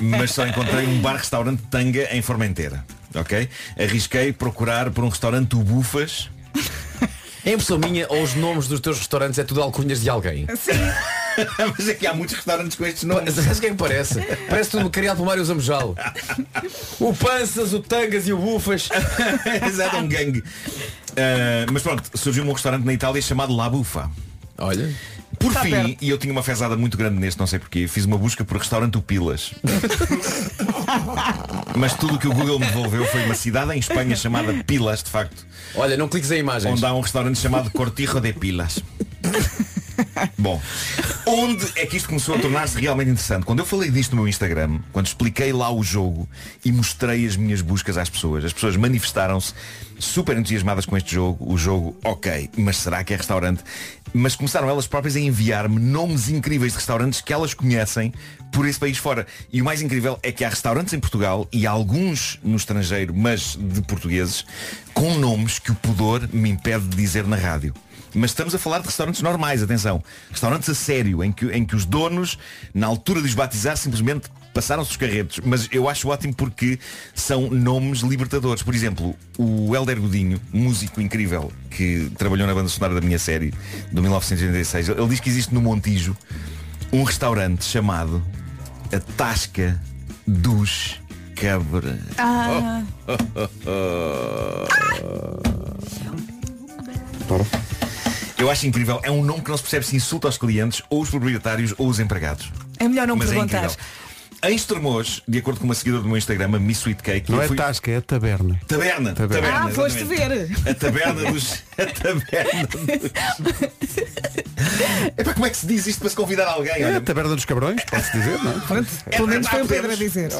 mas só encontrei um bar-restaurante Tanga em Formentera. Ok? Arrisquei procurar por um restaurante, o Bufas. É impressão minha ou os nomes dos teus restaurantes é tudo alcunhas de alguém? Mas é que há muitos restaurantes com estes nomes. Sabes quem parece? Parece tudo criado pelo Mário Zamojal. O Panças, o Tangas e o Bufas. Exato, é um gangue. Ah, mas pronto, surgiu um restaurante na Itália chamado La Bufa. Olha. Por Está fim, perto. e eu tinha uma fezada muito grande neste, não sei porquê, fiz uma busca por restaurante o Pilas. mas tudo o que o Google me devolveu foi uma cidade em Espanha chamada Pilas, de facto. Olha, não cliques em imagens. Onde há um restaurante chamado Cortijo de Pilas. Bom, onde é que isto começou a tornar-se realmente interessante? Quando eu falei disto no meu Instagram, quando expliquei lá o jogo e mostrei as minhas buscas às pessoas, as pessoas manifestaram-se super entusiasmadas com este jogo, o jogo ok, mas será que é restaurante? Mas começaram elas próprias a enviar-me nomes incríveis de restaurantes que elas conhecem por esse país fora. E o mais incrível é que há restaurantes em Portugal e alguns no estrangeiro, mas de portugueses, com nomes que o pudor me impede de dizer na rádio. Mas estamos a falar de restaurantes normais, atenção. Restaurantes a sério, em que, em que os donos, na altura de os batizar, simplesmente passaram-se os carretos. Mas eu acho ótimo porque são nomes libertadores. Por exemplo, o Helder Godinho, músico incrível, que trabalhou na banda sonora da minha série, de 1986, ele diz que existe no Montijo um restaurante chamado A Tasca dos Cabra. Ah. Eu acho incrível, é um nome que não se percebe se insulta aos clientes, ou os proprietários, ou os empregados. É melhor não Mas é perguntar. Ah, incrível. Em Estremoz, de acordo com uma seguidora do meu Instagram, a Miss Sweet Cake, Não eu é fui- Tá, tasca, é taberna. Taberna, taberna. ah, foste exatamente. ver. A taberna dos. A taberna dos. Epá, como é que se diz isto para se convidar alguém? É a taberna dos cabrões, posso dizer, não é? Pelo menos pá, foi o Pedro a podemos- dizer.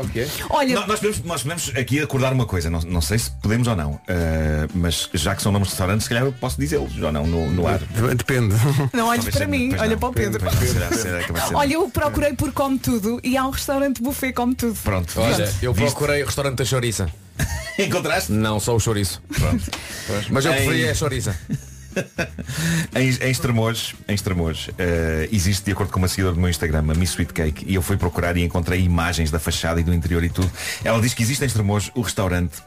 Olha... Nós, podemos, nós podemos aqui acordar uma coisa, não, não sei se podemos ou não, eh, mas já que são nomes de restaurantes, se calhar eu posso dizê-los ou não no, no ar. Depende. Não olhes para mim, olha para o Pedro. Olha, eu procurei por Como Tudo e há um restaurante buffet Como Tudo. Pronto, Olha, viste? eu Viste? procurei o restaurante da chouriça. Encontraste? Não, só o chouriço. Pronto. Mas eu Em- preferia a chouriça. Em, em Estremoz, em Estremoz eh, existe, de acordo com uma seguidora do meu Instagram, a Miss Sweet Cake, e eu fui procurar e encontrei imagens da fachada e do interior e tudo. Ela diz que existe em Estremoz o restaurante.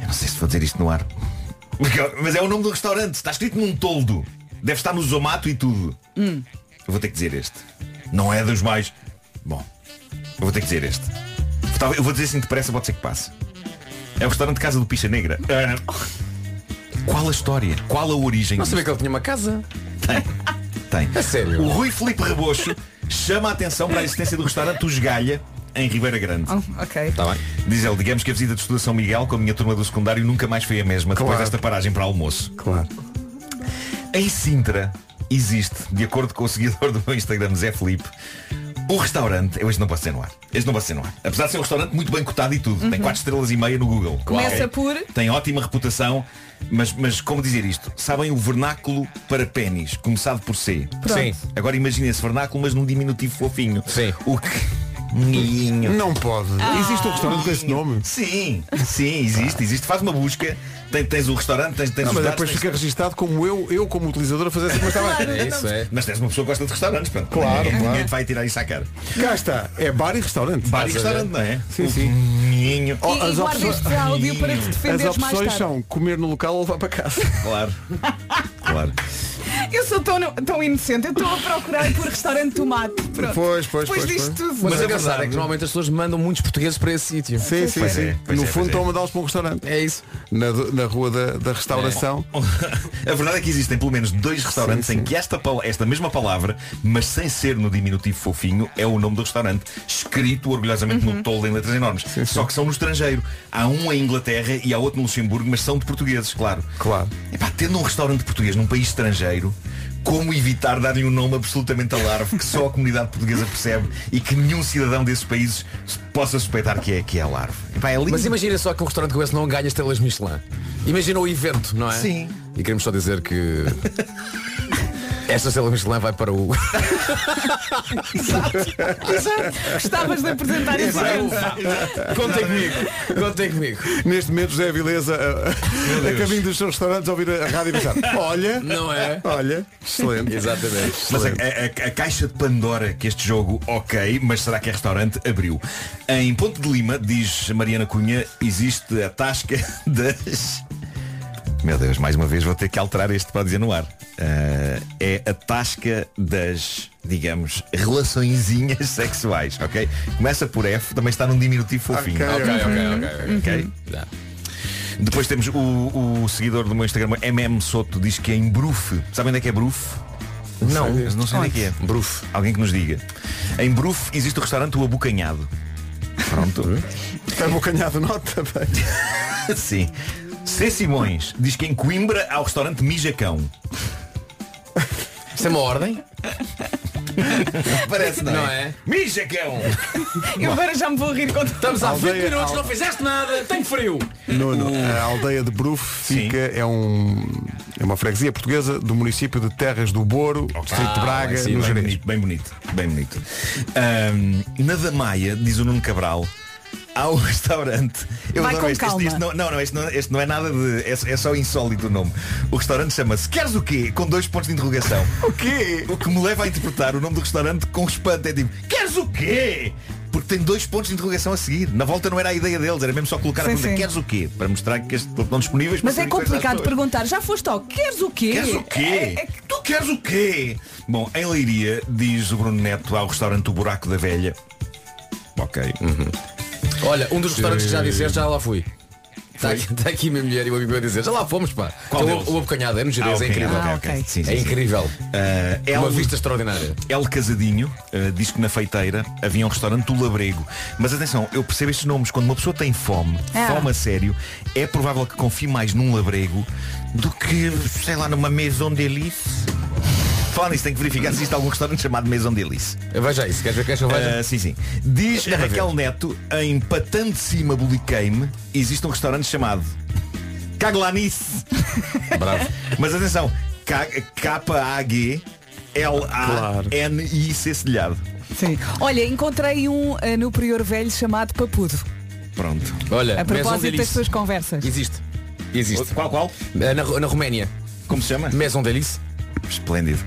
Eu não sei se vou dizer isto no ar. Porque- Mas é o nome do restaurante, está escrito num toldo. Deve estar no zomato e tudo. Eu vou ter que dizer este. Não é dos mais. Bom, eu vou ter que dizer este. Talvez- Eu vou dizer assim depressa, pode ser que passe. É o restaurante Casa do Picha Negra. Ah, qual a história? Qual a origem? Não sabia disto? que ele tinha uma casa. Tem. A sério? O Rui Felipe Rebocho chama a atenção para a existência do restaurante Os Galha em Ribeira Grande. Oh, ok. Tá bem. Diz ele, digamos que a visita de estudo a São Miguel com a minha turma do secundário nunca mais foi a mesma depois Claro. desta paragem para almoço. Claro. Em Sintra existe, de acordo com o seguidor do meu Instagram, Zé Felipe, o restaurante, eu hoje não posso ser no ar. Este não posso ser no ar. Apesar de ser um restaurante muito bem cotado e tudo. Tem Uhum. 4 estrelas e meia no Google. Começa Ok? por. Tem ótima reputação, mas, mas como dizer isto? Sabem o vernáculo para pênis, começado por C. Pronto. Sim. Agora imaginem esse vernáculo, mas num diminutivo fofinho. Sim. O que, Um Ninho. Não pode. Ah. Existe um restaurante com esse nome? Sim, sim, existe, existe. Faz uma busca. Tens, tens o restaurante, tens, tens Não, os mas dados, depois tens- fica registado como eu, eu como utilizador, a fazer assim, mas estava aqui. Mas tens uma pessoa que gosta de restaurantes, pronto. Claro, ninguém, claro. ninguém te vai tirar isso à cara. Cá está. É bar e restaurante. Bar e restaurante, não é? Sim, sim. Ninho. Oh, e guarda este áudio para te defenderes As mais opções tarde. são comer no local ou levar para casa. ah, Claro. claro. Eu sou tão, tão inocente, eu estou a procurar por restaurante de tomate. Pronto. Pois, Depois pois, pois, disto pois. tudo. Mas a é verdade é que normalmente as pessoas mandam muitos portugueses para esse sítio. Sim, sim, Pois sim. é, pois no é, fundo pois é. estão a mandá-los para um restaurante. É isso. Na, do- na rua da, da restauração. Oh, A verdade é que existem pelo menos dois restaurantes em que esta, pal- esta mesma palavra, mas sem ser no diminutivo fofinho, é o nome do restaurante, escrito orgulhosamente no tolo em letras enormes. Só que são no estrangeiro. Há um em Inglaterra e há outro no Luxemburgo, mas são de portugueses, claro. Claro. Epá, tendo um restaurante português num país estrangeiro, como evitar dar-lhe um nome absolutamente alarve que só a comunidade portuguesa percebe e que nenhum cidadão desses países possa suspeitar que é, que é alarve? Epá, é lindo. Mas imagina só que um restaurante com esse não ganha estrelas Michelin. Imagina o evento, não é? Sim. E queremos só dizer que. Esta estrela Michelin vai para o. Gostavas de apresentar isso. Contem comigo. Contem comigo. Neste momento José Vileza a, a- a caminho dos seus restaurantes a ouvir a rádio e pensar, olha, Não é? olha, excelente. Exatamente. Mas a, a- a caixa de Pandora que este jogo, ok, mas será que é restaurante, abriu. Em Ponte de Lima, diz Mariana Cunha, existe a tasca das... Meu Deus, mais uma vez vou ter que alterar este para dizer no ar. Ah, é a tasca das, digamos, relaçõezinhas sexuais, ok? Começa por F, também está num diminutivo fofinho. Ok, ok, ok. ok. Ok? Dá. Depois temos o, o seguidor do meu Instagram, MM Soto, diz que é em Brufe. Sabem onde é que é Brufe? Não, não sei onde é que é. Brufe. Alguém que nos diga. Em Brufe existe o restaurante O Abocanhado. Pronto. Está bocanhado É nota bem. Sim. C. Simões diz que em Coimbra há o restaurante Mijacão. Isso é uma ordem? Parece, não, Não é? é? Mijacão! Eu agora já me vou rir quando Estamos há 20 Aldeia- minutos, al- não fizeste nada, tenho frio. Nuno, a aldeia de Bruf fica, é, um, é uma freguesia portuguesa do município de Terras do Boro, distrito de Ah, Braga, Sim, no bem Jerez. bonito, bem bonito, bem bonito. Ahm, na da Maia, diz o Nuno Cabral, há um restaurante. Vai com este, este- calma. este não, não, não, este não, este não é nada de. É, é só insólito o nome. O restaurante chama-se Queres o quê? Com dois pontos de interrogação. O quê? O que me leva a interpretar o nome do restaurante com espanto. É tipo, queres o quê? Porque tem dois pontos de interrogação a seguir. Na volta não era a ideia deles, era mesmo só colocar Sim, a pergunta, sim. queres o quê? Para mostrar que este- estão disponíveis para Mas é serem coisas às complicado pessoas. perguntar. Já foste ao queres o quê? Queres o quê? É- é- Tu queres o quê? Bom, em Leiria, diz o Bruno Neto ao restaurante O Buraco da Velha. Ok. Olha, um dos restaurantes que já disseste, já lá fui. Está aqui, tá aqui a minha mulher e o amigo meu a dizer, já lá fomos, pá. Qual Então, deles? o abocanhado é no Jerez, é incrível. ok, Ah, ok. ok. Sim, sim, sim. É incrível. Ah, Uma Elmo- vista extraordinária. El Casadinho eh, diz que na feiteira havia um restaurante do Labrego. Mas atenção, eu percebo estes nomes. Quando uma pessoa tem fome, Ah. fome a sério, é provável que confie mais num Labrego do que, sei lá, numa Maison d'Elice. Fala nisso, tem que verificar se existe algum restaurante chamado Maison d'Elice. Veja isso, queres ver que esta veja? Ah, sim, sim. Diz a Raquel Neto, em Patão de Cima Buliqueime, existe um restaurante chamado Caglanice. Bravo. Mas atenção, K- K-A-G-L-A-N-I-C cedilhado. Sim. Olha, encontrei um eh, no Prior Velho chamado Papudo. Pronto. Olha, A Maison propósito das Delice. suas conversas. Existe. Existe. Qual, qual? Ah, Na, na Roménia. Como se chama? Maison Delice. Esplêndido.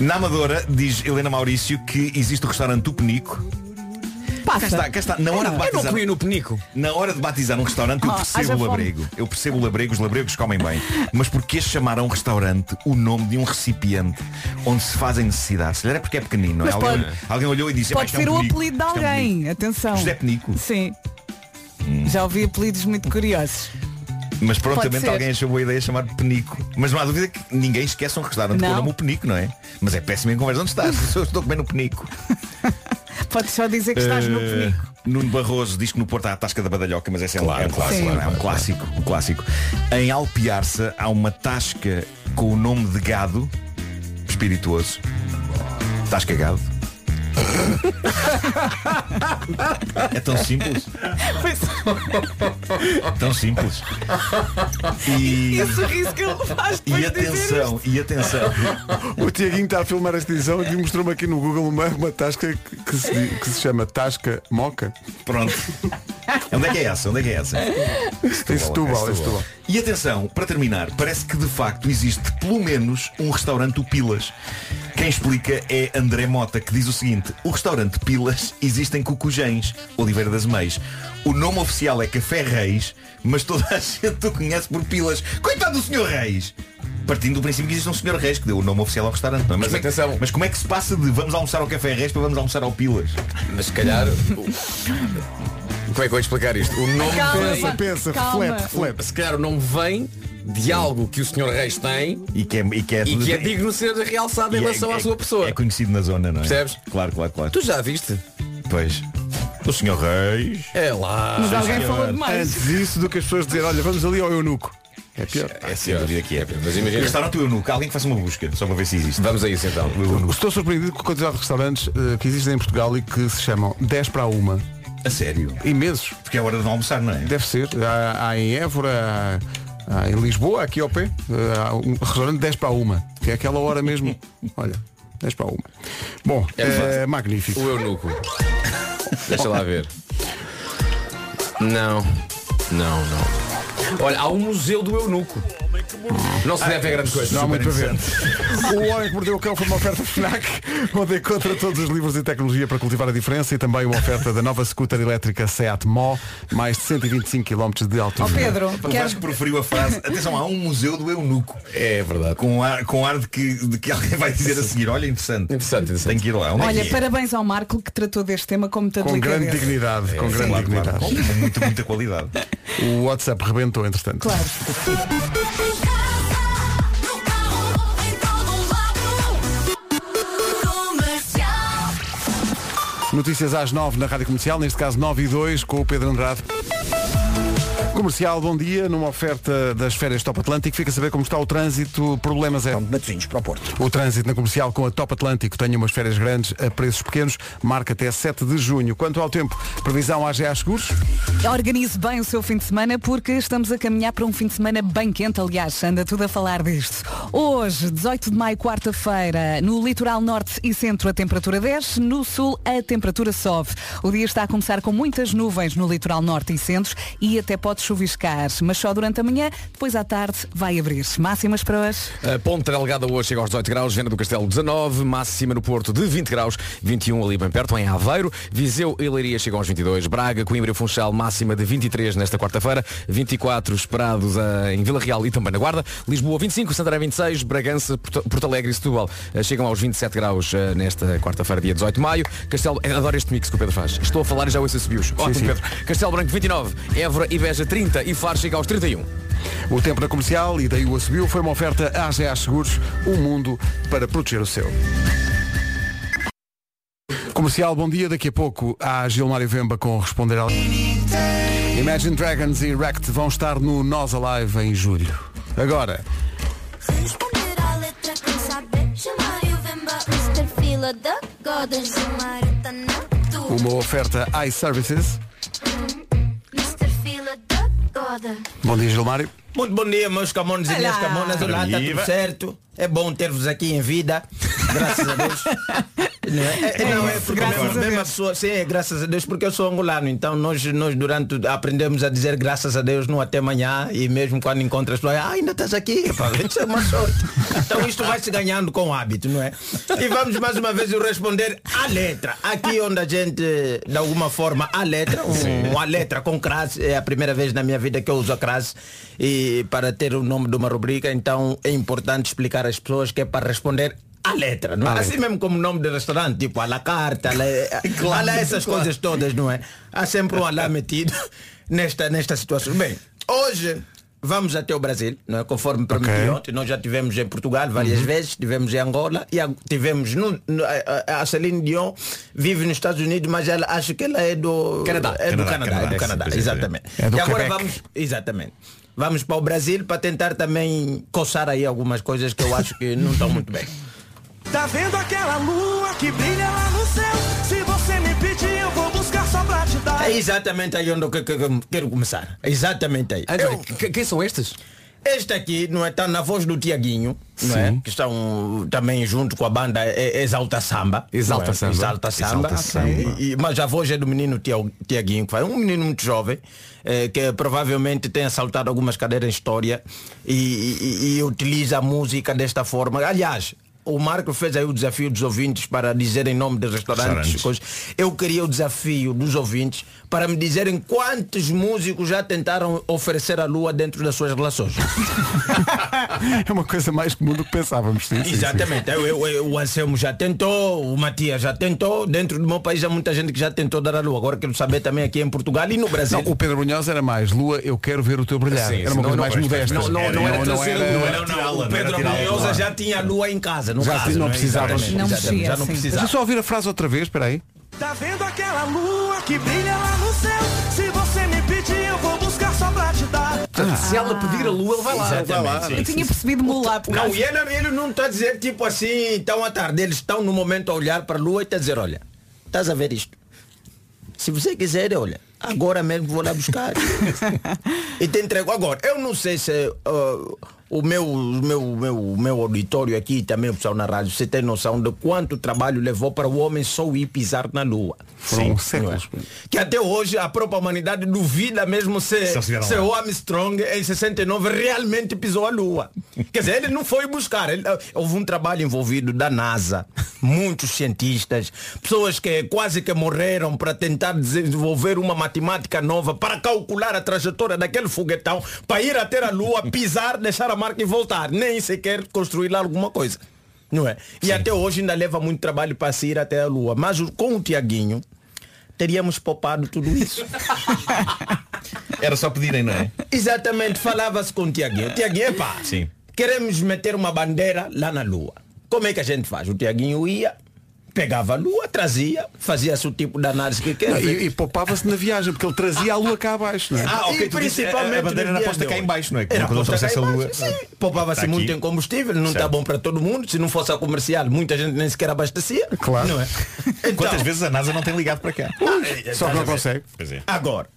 Na Amadora, diz Helena Maurício, que existe o restaurante O Penico. Cá Passa. está, cá está. Na hora de Eu não batizar... comi no penico. Na hora de batizar um restaurante, eu Ah, haja percebo o fome. labrego. Eu percebo o labrego, os labregos comem bem. Mas porquê chamar a um restaurante o nome de um recipiente onde se fazem necessidades? Se calhar é porque é pequenino. não é? Mas Alguém, pode- alguém olhou e disse, "Epá, Pode isto é um ser o penico, apelido de isto é um penico." alguém. Atenção. José Penico. Hum. Sim. Já ouvi apelidos muito curiosos. Mas Pode prontamente ser. alguém achou boa ideia chamar Penico. Mas não há dúvida que ninguém esquece um restaurante com o Não. nome o Penico, não é? Mas é péssimo em conversa. Onde estás? Eu estou comendo o Penico. Podes só dizer que estás no Eh, penico. Nuno Barroso diz que no Porto há a tasca da badalhoca, mas essa é, um- Claro, é um claro, clássico. claro, não é? um claro, clássico, um clássico. Em Alpiarça há uma tasca com o nome de gado espirituoso. Tasca gado. É tão simples. tão simples. E E, o sorriso que ele faz depois e de dizer atenção, e atenção. O Tiaguinho está a filmar esta edição e mostrou-me aqui no Google uma, uma tasca que- que se, que se chama Tasca Moca. Pronto. Onde é que é essa? Onde é que é essa? É Em É Setúbal, em Setúbal. E atenção, para terminar, parece que de facto existe pelo menos um restaurante o Pilas. Quem explica é André Mota, que diz o seguinte, o restaurante Pilas existe em Cucujães, Oliveira das Meias. O nome oficial é Café Reis, mas toda a gente o conhece por Pilas. Coitado do Senhor Reis! Partindo do princípio que existe um Senhor Reis que deu o nome oficial ao restaurante. não é? Mas, atenção. Mas como é que se passa de vamos almoçar ao Café Reis para vamos almoçar ao Pilas? Mas se calhar. Como é que eu vou explicar isto? O nome Calma, vem... Pensa, pensa, calma. reflete, reflete. Se calhar o nome vem de algo que o Sr. Reis tem e que é, e que é, e que é digno de ser realçado em E é- relação à é- sua pessoa. É conhecido na zona, não é? Percebes? Claro, claro, claro. Tu já viste? Pois. O senhor Reis. É lá. Mas alguém Sim, senhor. falou demais. Antes disso do que as pessoas dizerem, olha, vamos ali ao Eunuco. É pior. É sem dúvida que é. Mas imagina- Restaurante o Eunuco, alguém que faça uma busca, só para ver se existe. Vamos a isso então. Estou surpreendido com a quantidade de restaurantes eh, que existem em Portugal e que se chamam 10 para uma. A sério? Imensos. Porque é hora de almoçar, não é? Deve ser. Há, há em Évora, há, há em Lisboa, aqui ao pé, eh, há um restaurante 10 para uma, que é aquela hora mesmo. Olha, 10 para uma. Bom, É é, fácil. magnífico. O eunuco. Deixa lá ver. Não. Não, não. Olha, há um museu do eunuco. Não se deve a grande coisa. Não há muito a ver. O Homem que Mordeu o Cão foi uma oferta FNAC, onde encontra todos os livros e tecnologia para cultivar a diferença e também uma oferta da nova scooter elétrica Seat Mó, mais de 125 km de Oh, altura. Pedro, quero... que preferiu a frase. Atenção, há um museu do eunuco. É verdade. Com ar, com ar de, que, de que alguém vai dizer a seguir. Olha, interessante. Interessante, interessante. Tem que ir lá. Onde é Olha, que é? parabéns ao Marco que tratou deste tema com muita Com delicadeza. grande dignidade, com É, grande claro, dignidade. claro, com muita, muita qualidade. O WhatsApp rebentou, entretanto. Claro. Notícias às 9 na Rádio Comercial, neste caso 9 e 2 com o Pedro Andrade. Comercial, bom dia, numa oferta das férias Top Atlântico, fica a saber como está o trânsito, problemas é... Matosinhos para o Porto. O trânsito na comercial com a Top Atlântico tem umas férias grandes a preços pequenos, marca até 7 de junho. Quanto ao tempo, previsão AGA Seguros. Organize bem o seu fim de semana porque estamos a caminhar para um fim de semana bem quente, aliás, anda tudo a falar disto. Hoje, 18 de maio, quarta-feira, no litoral norte e centro a temperatura desce, no sul a temperatura sobe. O dia está a começar com muitas nuvens no litoral norte e centro e até pode chuviscar, mas só durante a manhã, depois à tarde vai abrir-se. Máximas para hoje? A Ponta Delgada hoje chega aos 18 graus, Viana do Castelo 19, máxima no Porto de 20 graus, 21 ali bem perto, em Aveiro, Viseu e Leiria chegam aos 22, Braga, Coimbra e Funchal máxima de 23 nesta quarta-feira, 24 esperados eh, em Vila Real e também na Guarda, Lisboa 25, Santarém 26, Bragança, Porto Porto Alegre e Setúbal eh, chegam aos 27 graus eh, nesta quarta-feira, dia 18 de maio, Castelo, eu adoro este mix que o Pedro faz, estou a falar e já ouço subiu ótimo sim. Pedro, Castelo Branco 29, Évora e Beja 30 e um. Faro chega aos 31. O tempo na comercial e daí o subiu foi uma oferta AGA Seguros, um mundo para proteger o seu. Comercial, bom dia. Daqui a pouco há Gilmário Vemba com Responder ao... Imagine Dragons e Wrecked vão estar no Nós Alive em julho. Agora, uma oferta iServices. Bom dia, Gilmário. Muito bom dia, meus camões e Olá. minhas camonas. Olá, está Viva. tudo certo? É bom ter-vos aqui em vida. Graças a Deus. Não é, É- é- não, é porque mesmo, mesmo a pessoa, sim, é graças a Deus, porque eu sou angolano, então nós, nós durante o- aprendemos a dizer graças a Deus no até amanhã e mesmo quando encontras pessoas, ah, ainda estás aqui, pá, isso é uma sorte. Então isto vai se ganhando com o hábito, não é? E vamos mais uma vez responder à letra. Aqui onde a gente, de alguma forma, à letra, um, uma letra com crase, é a primeira vez na minha vida que eu uso a crase e para ter o nome de uma rubrica, então é importante explicar às pessoas que é para responder à letra, não é? À Assim mesmo como o nome do restaurante, tipo à la carta, à la, à la essas Claro. coisas todas, não é? Há sempre um alá metido nesta, nesta situação. Bem, hoje vamos até o Brasil, não é? Conforme prometi ontem, nós já tivemos em Portugal várias Uhum. vezes, tivemos em Angola e a- tivemos no, no- a- a, a Celine Dion vive nos Estados Unidos, mas ela acho que ela é do Canadá. é do Canadá, Canadá, Canadá, é do sim, Canadá, sim, sim. exatamente. É do e agora Quebec. vamos, exatamente. Vamos para o Brasil para tentar também coçar aí algumas coisas que eu acho que não estão muito bem. Tá vendo aquela lua que brilha lá no aconteceu. Se você me pedir, eu vou buscar só pra te dar. É exatamente aí onde eu que- que- que- quero começar. É exatamente aí. quem são estes? Este aqui não é tá na voz do Tiaguinho, não é? Sim. Que estão também junto com a banda é, Exalta Samba. Exalta não é? Samba. Exalta Samba. Exalta Samba. E- e- mas a voz é do menino Tiago- Tiaguinho, que é um menino muito jovem, eh, que provavelmente tem assaltado algumas cadeiras em história e, e- e utiliza a música desta forma. Aliás, o Marco fez aí o desafio dos ouvintes para dizerem nome de restaurantes. Restaurantes. Coisas. Eu queria o desafio dos ouvintes para me dizerem quantos músicos já tentaram oferecer a lua dentro das suas relações. É uma coisa mais comum do que pensávamos. Sim, sim, sim. Exatamente. Eu- eu- eu- o Anselmo já tentou, o Matias já tentou. Dentro do meu país há muita gente que já tentou dar a lua. Agora quero saber também aqui em Portugal e no Brasil. Não, o Pedro Brunhosa era mais Lua, eu quero ver o teu brilhar. Sim, era sim, uma coisa não, mais não, modesta. não, não, não era não trazer era- lua, não, não, o Pedro Brunhosa já tinha a lua em casa, no já caso, sim, não não é? precisava. Exatamente, Não exatamente, mexia, já não sim. precisava. Deixa eu só ouvir a frase outra vez, espera aí. Tá vendo aquela lua que brilha lá no céu? Se você me pedir, eu vou buscar só pra te dar. Ah. Se ela pedir a lua, ele vai lá. ele vai lá. Exatamente, sim, sim, percebido mula por Não, causa- e ele, ele não está a dizer tipo assim, então à tarde. Eles estão no momento a olhar para a lua e está a dizer, olha, estás a ver isto? Se você quiser, olha, agora mesmo vou lá buscar. e te entrego. Agora, eu não sei se ah, o meu, o meu, o meu, o meu auditório aqui e também o pessoal na rádio, você tem noção de quanto trabalho levou para o homem só ir pisar na lua. Foram não é? séculos. Que até hoje a própria humanidade duvida mesmo se, Se eles tiveram se lá. o Armstrong em 69 realmente pisou a Lua. Quer dizer, ele não foi buscar. ele- houve um trabalho envolvido da NASA, muitos cientistas, pessoas que quase que morreram para tentar desenvolver uma matemática nova para calcular a trajetória daquele foguetão para ir até a Lua, pisar, deixar a marca e voltar. Nem sequer construir lá alguma coisa. Não é? E até hoje ainda leva muito trabalho para se ir até a Lua. Mas o- com o Tiaguinho, teríamos poupado tudo isso. Era só pedirem, não é? Exatamente, falava-se com o Tiaguinho. Tiaguinho, pá, Sim. queremos meter uma bandeira lá na lua. Como é que a gente faz? O Tiaguinho ia, pegava a lua, trazia, fazia-se o tipo de análise que quer. Não, ver. e e poupava-se na viagem, porque ele trazia a Lua cá abaixo, não é? Ah, ok, tu disse, a- a bandeira era posta cá em baixo, não é? Era Quando ele posta cá trouxesse em a baixo, lua- sim. Poupava-se Tá muito aqui. em combustível, não está Certo. bom para todo mundo. Se não fosse a comercial, muita gente nem sequer abastecia. Claro. Não é? Quantas vezes a NASA não tem ligado para cá? Só que não consegue. Pois é. Agora,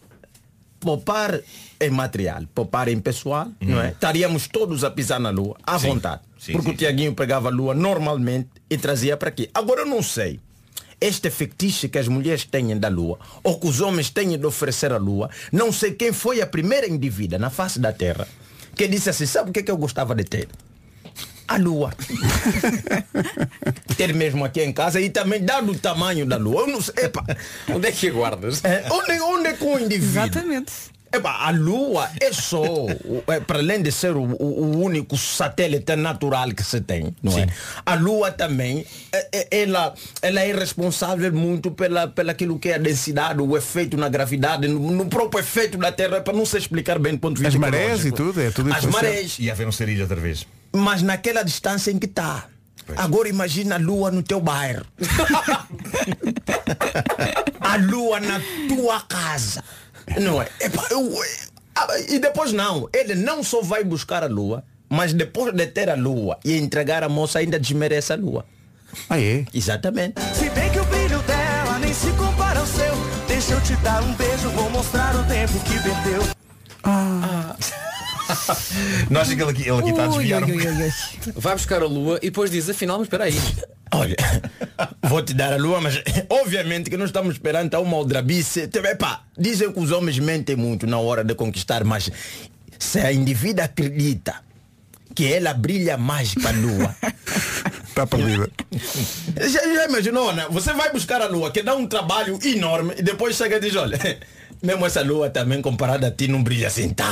poupar em material, poupar em pessoal, não é? Estaríamos todos a pisar na lua, à Sim. vontade. Sim, porque sim, o Tiaguinho pegava a lua normalmente e trazia para aqui. Agora eu não sei. Este fetiche que as mulheres têm da lua, ou que os homens têm de oferecer a lua, não sei quem foi a primeira indivídua na face da terra que disse assim, sabe o que, é que eu gostava de ter? A lua ter mesmo aqui em casa e também dado o tamanho da lua. Eu não sei, epa, onde é que guardas? onde, onde é que o indivíduo? Exatamente. Epá, a Lua é só, o- é, para além de ser o, o- o único satélite natural que se tem, não é? A Lua também, é- é- ela, ela é responsável muito pela, pela aquilo que é a densidade, o efeito na gravidade, no, no próprio efeito da Terra, para não se explicar bem do ponto de As vista marés e ecológico. tudo, é tudo As marés, E haver um sarilho outra vez. mas naquela distância em que está. Agora imagina a lua no teu bairro. a lua na tua casa. Não é? Epá, eu- ah, e depois não. Ele não só vai buscar a lua, mas depois de ter a lua e entregar a moça ainda desmerece a lua. Ah, é? Exatamente. Se bem que o brilho dela nem se compara ao seu. Deixa eu te dar um beijo, vou mostrar o tempo que perdeu. Ah. Nós acho que ele aqui, ele tá aqui está a desviar um bocadinho. Vai buscar a lua e depois diz, afinal, mas espera aí. Olha, vou te dar a lua, mas obviamente que não estamos perante a uma aldrabice. Também, pá, dizem que os homens mentem muito na hora de conquistar, mas se a indivídua acredita que ela brilha mais que a lua. Está perdida. já, já imaginou, né? Você vai buscar a lua, que dá um trabalho enorme, e depois chega e diz, olha, mesmo essa lua também comparada a ti não brilha assim. Tá.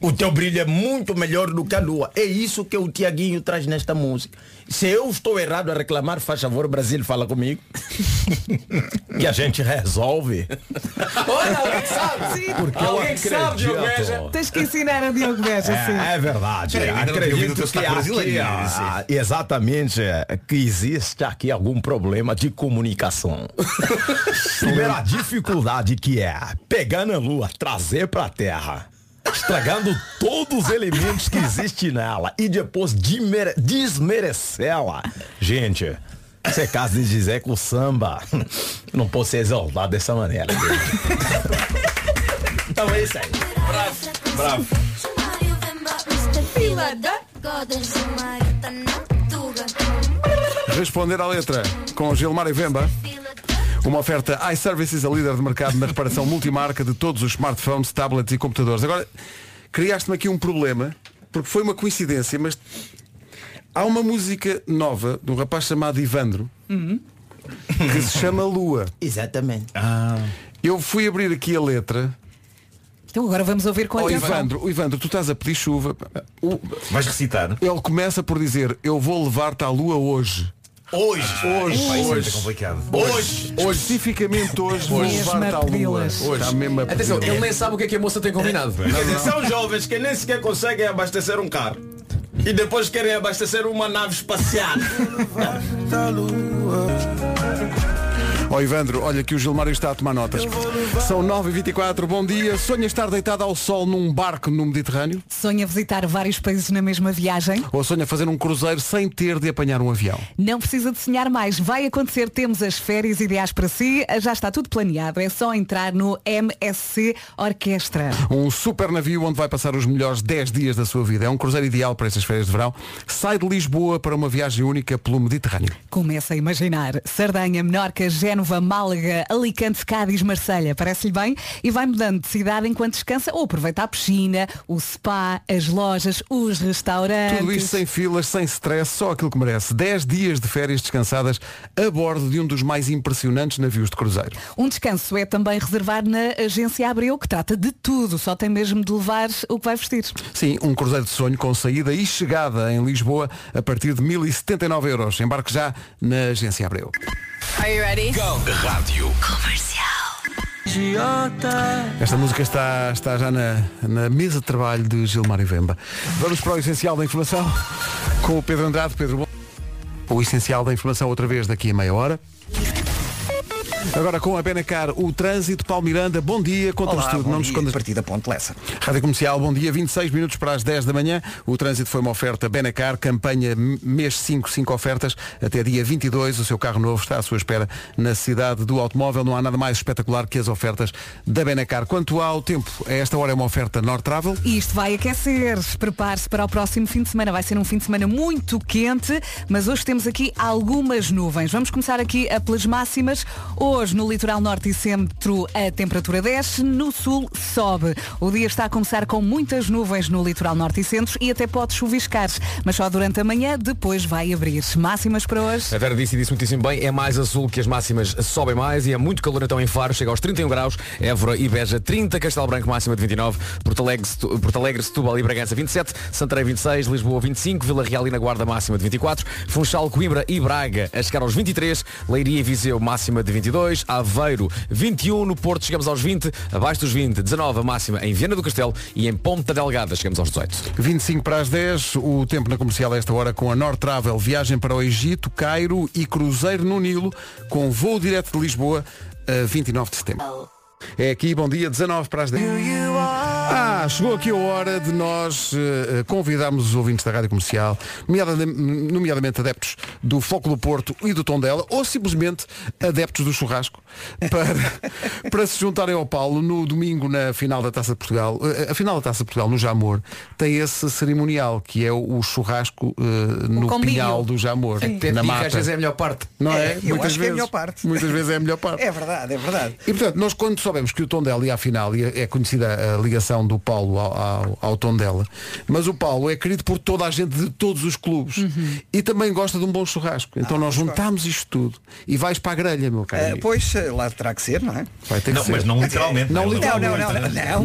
O teu brilho é muito melhor do que a lua. É isso que o Tiaguinho traz nesta música. Se eu estou errado a reclamar, faz favor, Brasil, fala comigo. que a gente resolve. Olha, alguém que sabe. Sim. Porque eu alguém que sabe, Diogo Beja. Tens que ensinar a Diogo Beja, sim. É, é verdade. Peraí, eu ainda não tinha ouvido o Acredito teu que sotaque brasileiro. há- Sim. há- exatamente é, que existe aqui algum problema de comunicação. Primeira dificuldade que é pegar na lua, trazer pra terra. Estragando todos os elementos que existem nela e depois desmere- desmerecê-la. Gente, Isso é caso de dizer que o samba não pode ser exaltado dessa maneira. Então é isso aí. Bravo. Bravo. Responder à letra com Gilmar e Vemba. Uma oferta iServices, a líder de mercado na reparação multimarca de todos os smartphones, tablets e computadores. Agora, criaste-me aqui um problema, porque foi uma coincidência, mas há uma música nova de um rapaz chamado Ivandro que se chama Lua. Ah. Exatamente. Eu fui abrir aqui a letra. Então agora vamos ouvir com Oh, atenção. Ivandro, oh, Ivandro, tu estás a pedir chuva. Vais né? recitar? Ele começa por dizer, eu vou levar-te à lua hoje. Hoje. Hoje. Epá, isso é Hoje. muito complicado. Hoje. Hoje. Especificamente hoje, Hoje. vou levar-te à lua. Está mesmo a Atenção, pedi-las. ele nem sabe o que é que a moça tem combinado. Quer dizer, são jovens que nem sequer conseguem abastecer um carro. E depois querem abastecer uma nave espacial. Ó Ivandro, olha que o Gilmário está a tomar notas. São 9h24, bom dia. Sonha estar deitado ao sol num barco no Mediterrâneo? Sonha visitar vários países na mesma viagem? Ou sonha fazer um cruzeiro sem ter de apanhar um avião? Não precisa de sonhar mais. Vai acontecer. Temos as férias ideais para si. Já está tudo planeado. É só entrar no MSC Orquestra. Um super navio onde vai passar os melhores 10 dias da sua vida. É um cruzeiro ideal para estas férias de verão. Sai de Lisboa para uma viagem única pelo Mediterrâneo. Começa a imaginar. Sardanha, Menorca, Génova, Málaga, Alicante, Cádiz, Marselha. Parece-lhe bem? E vai mudando de cidade enquanto descansa ou aproveita a piscina, o spa, as lojas, os restaurantes. Tudo isto sem filas, sem stress, só aquilo que merece. 10 dias de férias descansadas a bordo de um dos mais impressionantes navios de cruzeiro. Um descanso é também reservar na agência Abreu, que trata de tudo, só tem mesmo de levar o que vai vestir. Sim, um cruzeiro de sonho com saída e chegada em Lisboa a partir de 1079 euros. Embarque já na Agência Abreu. Are you ready? Go. Rádio. Comercial. Idiota. Esta música está, está já na, na mesa de trabalho de Gilmar e Vemba. Vamos para o essencial da informação com o Pedro Andrade. Pedro, bom- o essencial da informação outra vez daqui a meia hora. Agora com a Benacar, o trânsito, Paulo Miranda, bom dia, conta-nos Olá, tudo, bom não nos dia. escondas. Partida Ponte Lessa. Rádio Comercial, bom dia, 26 minutos para as 10 da manhã. O trânsito foi uma oferta Benacar, campanha M- mês 5, 5 ofertas, até dia 22. O seu carro novo está à sua espera na cidade do automóvel. Não há nada mais espetacular que as ofertas da Benacar. Quanto ao tempo, a esta hora é uma oferta Nord Travel. E isto vai aquecer. Prepare-se para o próximo fim de semana. Vai ser um fim de semana muito quente, mas hoje temos aqui algumas nuvens. Vamos começar aqui a pelas máximas. Hoje, no litoral norte e centro, a temperatura desce, no sul sobe. O dia está a começar com muitas nuvens no litoral norte e centro e até pode chuviscar, mas só durante a manhã, depois vai abrir. Máximas para hoje. A Vera disse e disse muitíssimo bem, é mais azul que as máximas sobem mais e é muito calor então em Faro, chega aos 31 graus, Évora e Beja 30, Castelo Branco máxima de 29, Porto Alegre, Setu- Porto Alegre, Setúbal e Bragança 27, Santarém 26, Lisboa 25, Vila Real e na Guarda máxima de 24, Funchal, Coimbra e Braga a chegar aos 23, Leiria e Viseu máxima de 22, Aveiro 21, no Porto chegamos aos 20, abaixo dos 20, 19 a máxima em Viana do Castelo e em Ponta Delgada chegamos aos 18. 25 para as 10, o tempo na comercial a esta hora com a Nord Travel, viagem para o Egito, Cairo e cruzeiro no Nilo, com voo direto de Lisboa a 29 de setembro. É aqui, bom dia, 19 para as 10. Ah, chegou aqui a hora de nós eh, eh, convidarmos os ouvintes da Rádio Comercial, nomeada- nomeadamente adeptos do Foco do Porto e do Tondela, ou simplesmente adeptos do churrasco, para, para se juntarem ao Paulo no domingo na final da Taça de Portugal. Eh, A final da Taça de Portugal, no Jamor, tem esse cerimonial, que é o, o churrasco eh, no combinho. pinhal do Jamor, na mata. melhor parte. Não é? eu Muitas acho que é a vezes. melhor parte. Muitas vezes é a melhor parte. É verdade, é verdade. E portanto, nós quando soubemos que o Tondela ia à final, e é conhecida a ligação do Paulo ao, ao, ao Tondela, mas o Paulo é querido por toda a gente de todos os clubes e também gosta de um bom churrasco. Então nós juntámos isto tudo e vais para a grelha, meu caro. Ah, amigo. pois, eh, lá terá que ser, não é? Vai ter Não, que ser. mas não literalmente, Não, não é? Não, não, não, literalmente.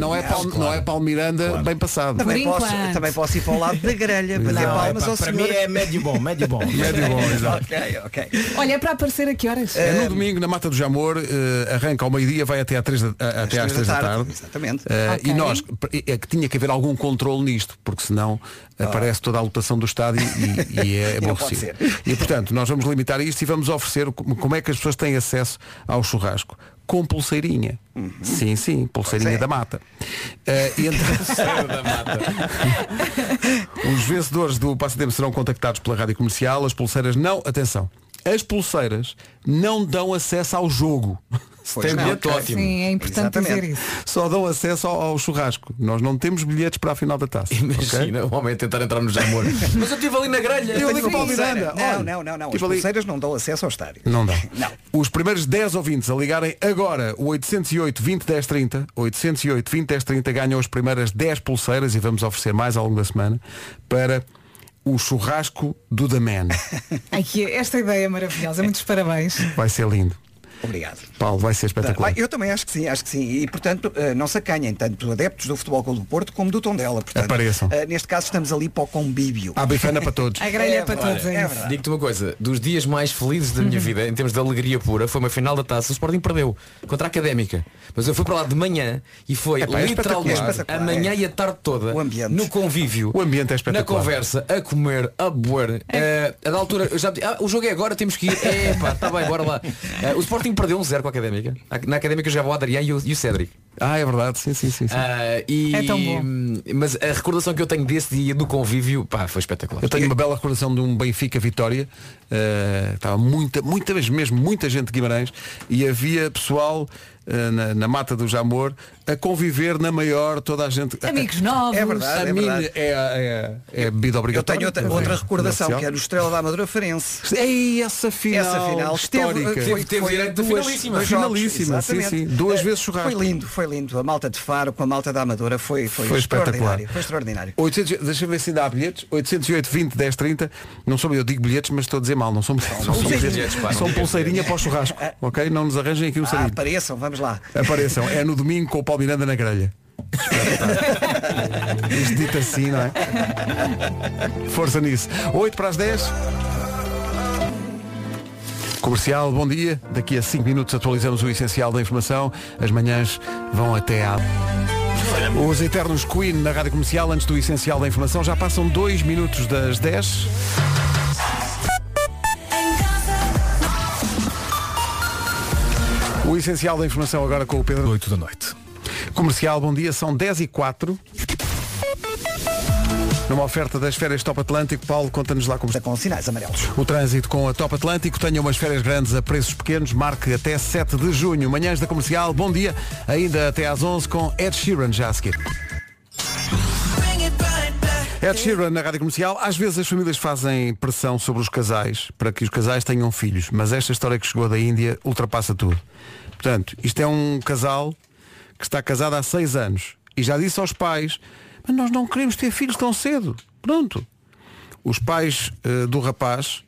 não. é Paulo, não é Paulo Miranda bem passado. Também posso, também posso ir para o lado da grelha, bater Não, palmas epá, ao para senhor. mim é médio bom, médio bom. Médio bom, exato. ok, ok. Olha, é para aparecer a que horas? É no domingo, na Mata do Jamor, eh, arranca ao meio-dia, vai até, à três da- a- até às 3 da tarde. Exatamente. Eh, Ok. E nós, pre- é que tinha que haver algum controle nisto, porque senão aparece toda a lotação do estádio e, e Ah. é E não aborrecido. E portanto, nós vamos limitar isto e vamos oferecer como como é que as pessoas têm acesso ao churrasco. Com pulseirinha. Uhum. Sim, sim, pulseirinha é. da mata. Eh, e então... Os vencedores do passatempo serão contactados pela rádio comercial. As pulseiras não, atenção, as pulseiras não dão acesso ao jogo. Se Pois tem não, bilhete, ok. ótimo. Sim, é importante dizer isso. Só dão acesso ao, ao churrasco. Nós não temos bilhetes para a final da taça. Imagina, o homem a tentar entrar no Jamor. Mas eu estive ali na grelha. Eu Tenho ligo uma para o pulseira. Miranda. Não, não, não, não. As Tive ali- pulseiras não dão acesso ao estádio. Não dá. Os primeiros 10 ouvintes a ligarem agora o 808 20 10 30, 808 20 10 30 ganham as primeiras 10 pulseiras e vamos oferecer mais ao longo da semana para o churrasco do The Man. Ai, que esta ideia é maravilhosa. Muitos parabéns. Vai ser lindo. Obrigado. Paulo, vai ser espetacular. Bem, Tá. Ah, Eu também acho que sim, acho que sim. E portanto, eh, não se acanhem tanto adeptos do Futebol Clube do Porto como do Tondela. Portanto, Apareçam. eh, Neste caso estamos ali para o combíbio. Há bifana para todos. A grelha é para todos, é isso. Digo-te uma coisa, dos dias mais felizes da Uhum. minha vida, em termos de alegria pura, foi uma final da taça, o Sporting perdeu, contra a Académica. Mas eu fui para lá de manhã e foi Epá, é literalmente espetacular. É espetacular, a manhã é. e a tarde toda, no convívio, O ambiente é na espetacular. conversa, a comer, a beber. É. eh, a da altura, eu já me- ah, o jogo é agora, temos que ir. Epá, está bem, bora lá. Eh, o Sporting perdeu um zero com a Académica. Na Académica jogava o Adrián e o, e o Cédric. Ah, é verdade, sim, sim, sim. sim. Ah, e, hum, É tão bom. Mas a recordação que eu tenho desse dia do convívio, pá, foi espetacular. Eu tenho uma bela recordação de um Benfica Vitória. eh, Estava muita, muita, mas mesmo muita gente de Guimarães e havia pessoal eh, na, na Mata do Jamor a conviver na maior, toda a gente. Amigos novos. É verdade, é verdade. É, é, é bebida Eu obrigatória. tenho outra, outra recordação, que era o Estrela da Amadora Farense. Ei, essa final, essa final histórica. Esteve, eh, Teve- teve direito de finalíssima. jogos, Finalíssima, sim, exatamente. sim. Duas Eh, vezes churrasco. Foi lindo, foi lindo. A malta de Faro com a malta da Amadora foi, foi, Foi espetacular. extraordinário. Foi extraordinário. 800, deixa eu ver se ainda há bilhetes. 808 20 10 30. Não sou eu, digo bilhetes, mas estou a dizer mal. Não são, não são são bilhetes. bilhetes, pá, não São digas pulseirinha para o churrasco. Ok? Não nos arranjem aqui um Ah, salinho. apareçam, vamos lá. Apareçam. É no domingo com o Paulo Miranda na grelha. Isto dito assim, não é? Força nisso. 8 para as 10. Comercial, bom dia. Daqui a 5 minutos atualizamos o essencial da informação. As manhãs vão até à. Os Eternos Queen na Rádio Comercial, antes do essencial da informação, já passam 2 minutos das 10. O essencial da informação agora com o Pedro. 8 da noite. Comercial, bom dia, são 10 e 4. Numa oferta das férias Top Atlântico, Paulo, conta-nos lá como está. Com sinais amarelos. O trânsito com a Top Atlântico tenha umas férias grandes a preços pequenos, marque até 7 de junho. Manhãs da Comercial, bom dia, ainda até às 11 com Ed Sheeran já a seguir. Ed Sheeran É na Rádio Comercial. Às vezes as famílias fazem pressão sobre os casais para que os casais tenham filhos, mas esta história que chegou da Índia ultrapassa tudo. Portanto, isto é um casal que está casado há seis anos e já disse aos pais, mas nós não queremos ter filhos tão cedo. Pronto. Os pais eh, do rapaz,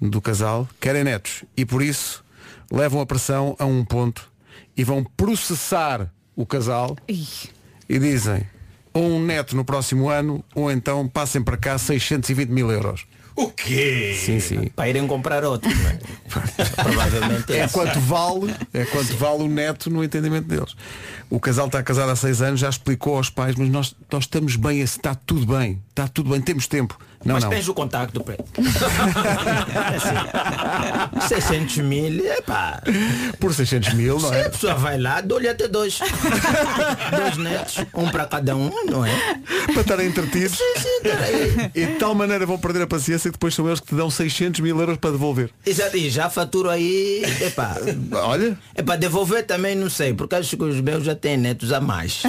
do casal, querem netos e por isso levam a pressão a um ponto e vão processar o casal e dizem ou um neto no próximo ano ou então passem para cá 620 mil euros. O quê? Sim, sim. Para irem comprar outro. não é? Provavelmente É esse. quanto vale, é quanto vale o neto no entendimento deles. O casal está casado há seis anos, já explicou aos pais, mas nós, nós estamos bem, assim, está tudo bem, está tudo bem, temos tempo. Não, Mas não. tens o contacto, preto. 600 assim. mil, é pá. Por 600 mil, não Se é? a pessoa vai lá, dou-lhe até dois. dois netos, um para cada um, não é? Para estarem entretidos. E de tal maneira vão perder a paciência que depois são eles que te dão 600 mil euros para devolver. E já, e já faturo aí, epá. Olha. Epá, É devolver também não sei, porque acho que os meus já têm netos a mais.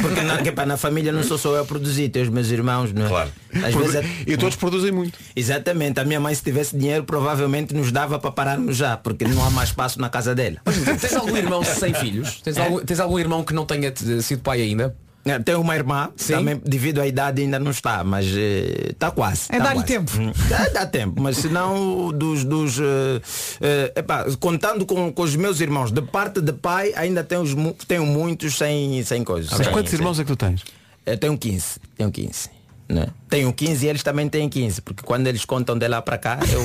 Porque na, epá, na família não sou só eu a produzir, tem os meus irmãos, não é? Claro. Às Produ- vezes é- E todos produzem muito. Exatamente. A minha mãe, se tivesse dinheiro, provavelmente nos dava para pararmos já, porque não há mais espaço na casa dela. Tens algum irmão sem filhos? Tens, É. algum, tens algum irmão que não tenha eh, sido pai ainda? É, Tenho uma irmã, também devido à idade ainda não está, mas está quase. É tá dar-lhe quase. tempo. Hum, Dá, dá tempo, mas se não dos. dos eh, eh, epá, contando com, com os meus irmãos, de parte de pai, ainda tenho, os mu- tenho muitos sem, sem coisas. Mas quantos irmãos é que tu tens? Eu tenho 15. Tenho 15. Né? Tenho 15 e eles também têm 15, porque quando eles contam de lá para cá, eu.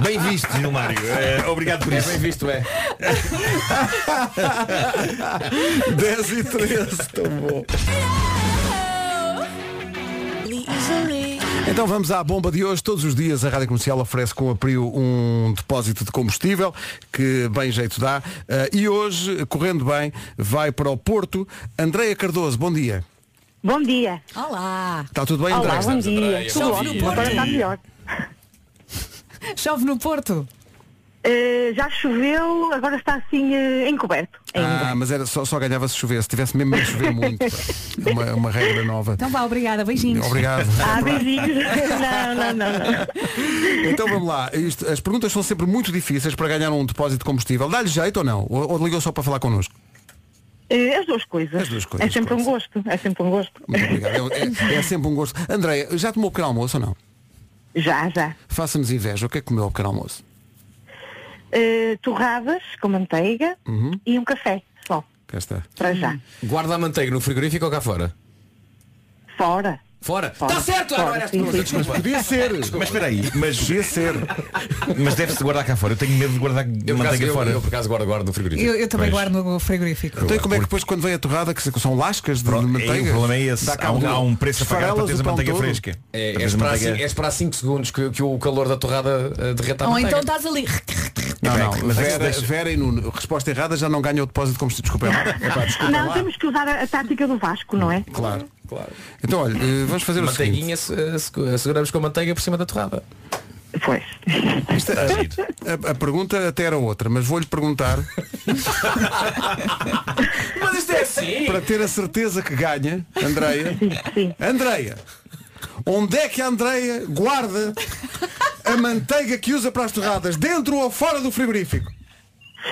Bem visto, Gilmário. Eh, obrigado por É isso. bem visto, é. 10 e 13, tão bom. Então vamos à bomba de hoje. Todos os dias a Rádio Comercial oferece com apriu um depósito de combustível, que bem jeito dá. Eh, e hoje, correndo bem, vai para o Porto. Andreia Cardoso, bom dia. Bom dia. Olá. Está tudo bem, Olá, Andréia? bom dia. Tudo ótimo, agora está melhor. Chove no Porto. Eh, já choveu, agora está assim eh, encoberto. Ah, mas era só, só ganhava se chover. Se tivesse mesmo a chover muito. pá. É uma, uma regra nova. Então vá, obrigada, beijinhos. Obrigado. é Ah, beijinhos. Não, não, não. não. Então vamos lá. Isto- as perguntas são sempre muito difíceis para ganhar um depósito de combustível. Dá-lhe jeito ou não? Ou, ou ligou só para falar connosco? Eh, As duas coisas. As duas coisas, É sempre um gosto. É sempre um gosto. Muito obrigado. É, é- é sempre um gosto. André, já tomou o pequeno almoço ou não? Já, já. Faça-nos inveja. O que é que comeu ao pequeno almoço? Eh, torradas com manteiga e um café só, Cá está. para já. Uhum. Guarda a manteiga no frigorífico ou cá fora? Fora. Fora. Fora. Está certo! Ah, não era esta Sim, pergunta, sim. desculpa. Podia ser. Mas espera aí, mas devia ser. Mas deve-se guardar cá fora. Eu tenho medo de guardar Eu, por manteiga acaso, eu, fora. eu, por acaso, guardo, guardo no frigorífico. Eu, eu também guardo no frigorífico. Então e como é que depois quando vem a torrada, que são lascas de, de É, o manteiga? problema é esse. Dá cá Há um, um- há um preço a pagar esfarelas para teres o a pão manteiga todo. fresca. É, Para teres a é esperar manteiga- cinco- é esperar 5 segundos que, que o calor da torrada eh, derreta a Ou manteiga. então estás ali. Não, não. mas é que se Vera, deixa- Vera e Nuno, resposta errada já não ganha o depósito de combustível. Desculpa lá. Epá, desculpa Não, lá. temos que usar a, a tática do Vasco, não é? Claro. Então olha, eh, vamos fazer o seguinte. Manteiguinha se- eh, se- asseguramos com a manteiga por cima da torrada. Pois. Isto- a, a pergunta até era outra, mas vou-lhe perguntar Mas isto é assim. para ter a certeza que ganha, Andreia. Andreia, onde é que a Andreia guarda a manteiga que usa para as torradas? Dentro ou fora do frigorífico?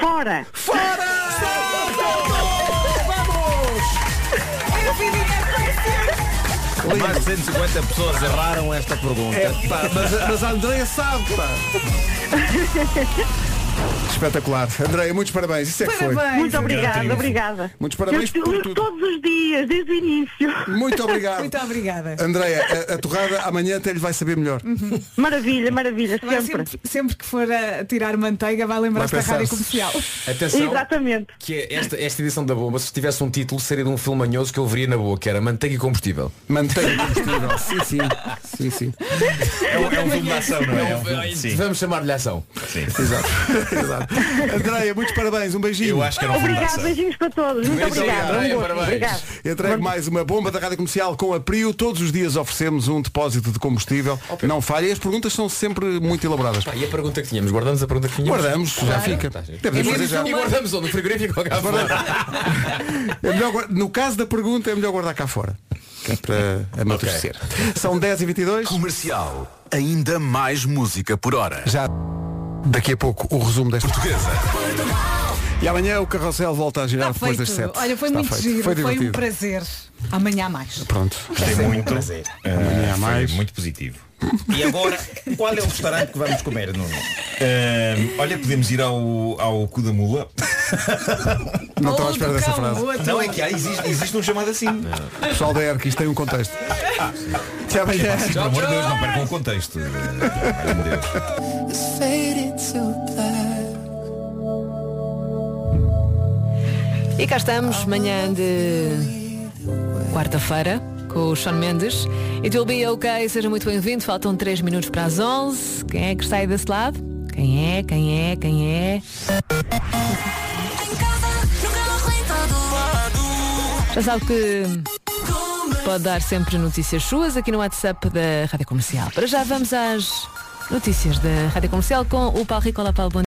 Fora! Fora! Mais de 150 pessoas erraram esta pergunta. É, Pá, mas, a- mas a Andreia sabe, pá. Espetacular. Andreia, muitos parabéns. Isso é que foi. Parabéns. Muito obrigada, obrigada. Muitos parabéns Eu te por ligo tudo. todos os dias, desde o início. Muito obrigado. Muito obrigada. Andreia, a, a torrada amanhã até lhe vai saber melhor. Maravilha, maravilha, Vai sempre. sempre- sempre que for a tirar manteiga, vai lembrar-se da Vai rádio pensar-se. comercial. Atenção. Exatamente. Que é esta, esta edição da bomba, se tivesse um título, seria de um filme manhoso que eu veria na boa, que era Manteiga e Combustível. Manteiga e combustível. sim, sim. Sim, sim. É um, é um filme de ação, não é? É um filme- sim. Vamos chamar-lhe ação. Sim. Exato. Exato. Andreia, muitos parabéns. Um beijinho. Eu acho que era um filme de Obrigado, ação. beijinhos para todos. Muito Beijinho, obrigada. Andréia, Um gosto. parabéns. Obrigada. Entregue mais uma bomba da Rádio Comercial com a Prio. Todos os dias oferecemos um depósito de combustível. Não falha. E as perguntas são sempre muito elaboradas. Pá, Ah, e a pergunta que tínhamos? Guardamos a pergunta que tínhamos? Guardamos, já fica. Tá, gente. Devemos E fazer já. guardamos- E guardamos onde? No frigorífico ou cá fora? É melhor guar- no caso da pergunta, é melhor guardar cá fora. Que é para amadurecer. São 10h22. Comercial. Ainda mais música por hora. Já daqui a pouco o resumo desta Portuguesa. E amanhã o carrossel volta a girar depois das 7. Feito. Olha, foi muito giro, foi, um prazer. Amanhã há mais. Pronto. Gostei muito. Ah, Amanhã há foi mais. muito positivo. E agora, qual é o restaurante que vamos comer, Nuno? Ah, olha, podemos ir ao, ao cu da mula. Não estava à espera dessa frase. Não, é que há, existe, existe um chamado assim. Pessoal da ERC, isto tem um contexto. Até amanhã. Pelo amor de Deus, não percam o contexto. Ah, meu Deus. E cá estamos, manhã de quarta-feira, com o Sean Mendes. It will be ok, seja muito bem-vindo. Faltam 3 minutos para as 11. Quem é que está aí desse lado? Quem é? Quem é? Quem é? Já sabe que pode dar sempre notícias suas aqui no WhatsApp da Rádio Comercial. Para já vamos às notícias da Rádio Comercial com o Paulo Rico. Olá, Paulo, bom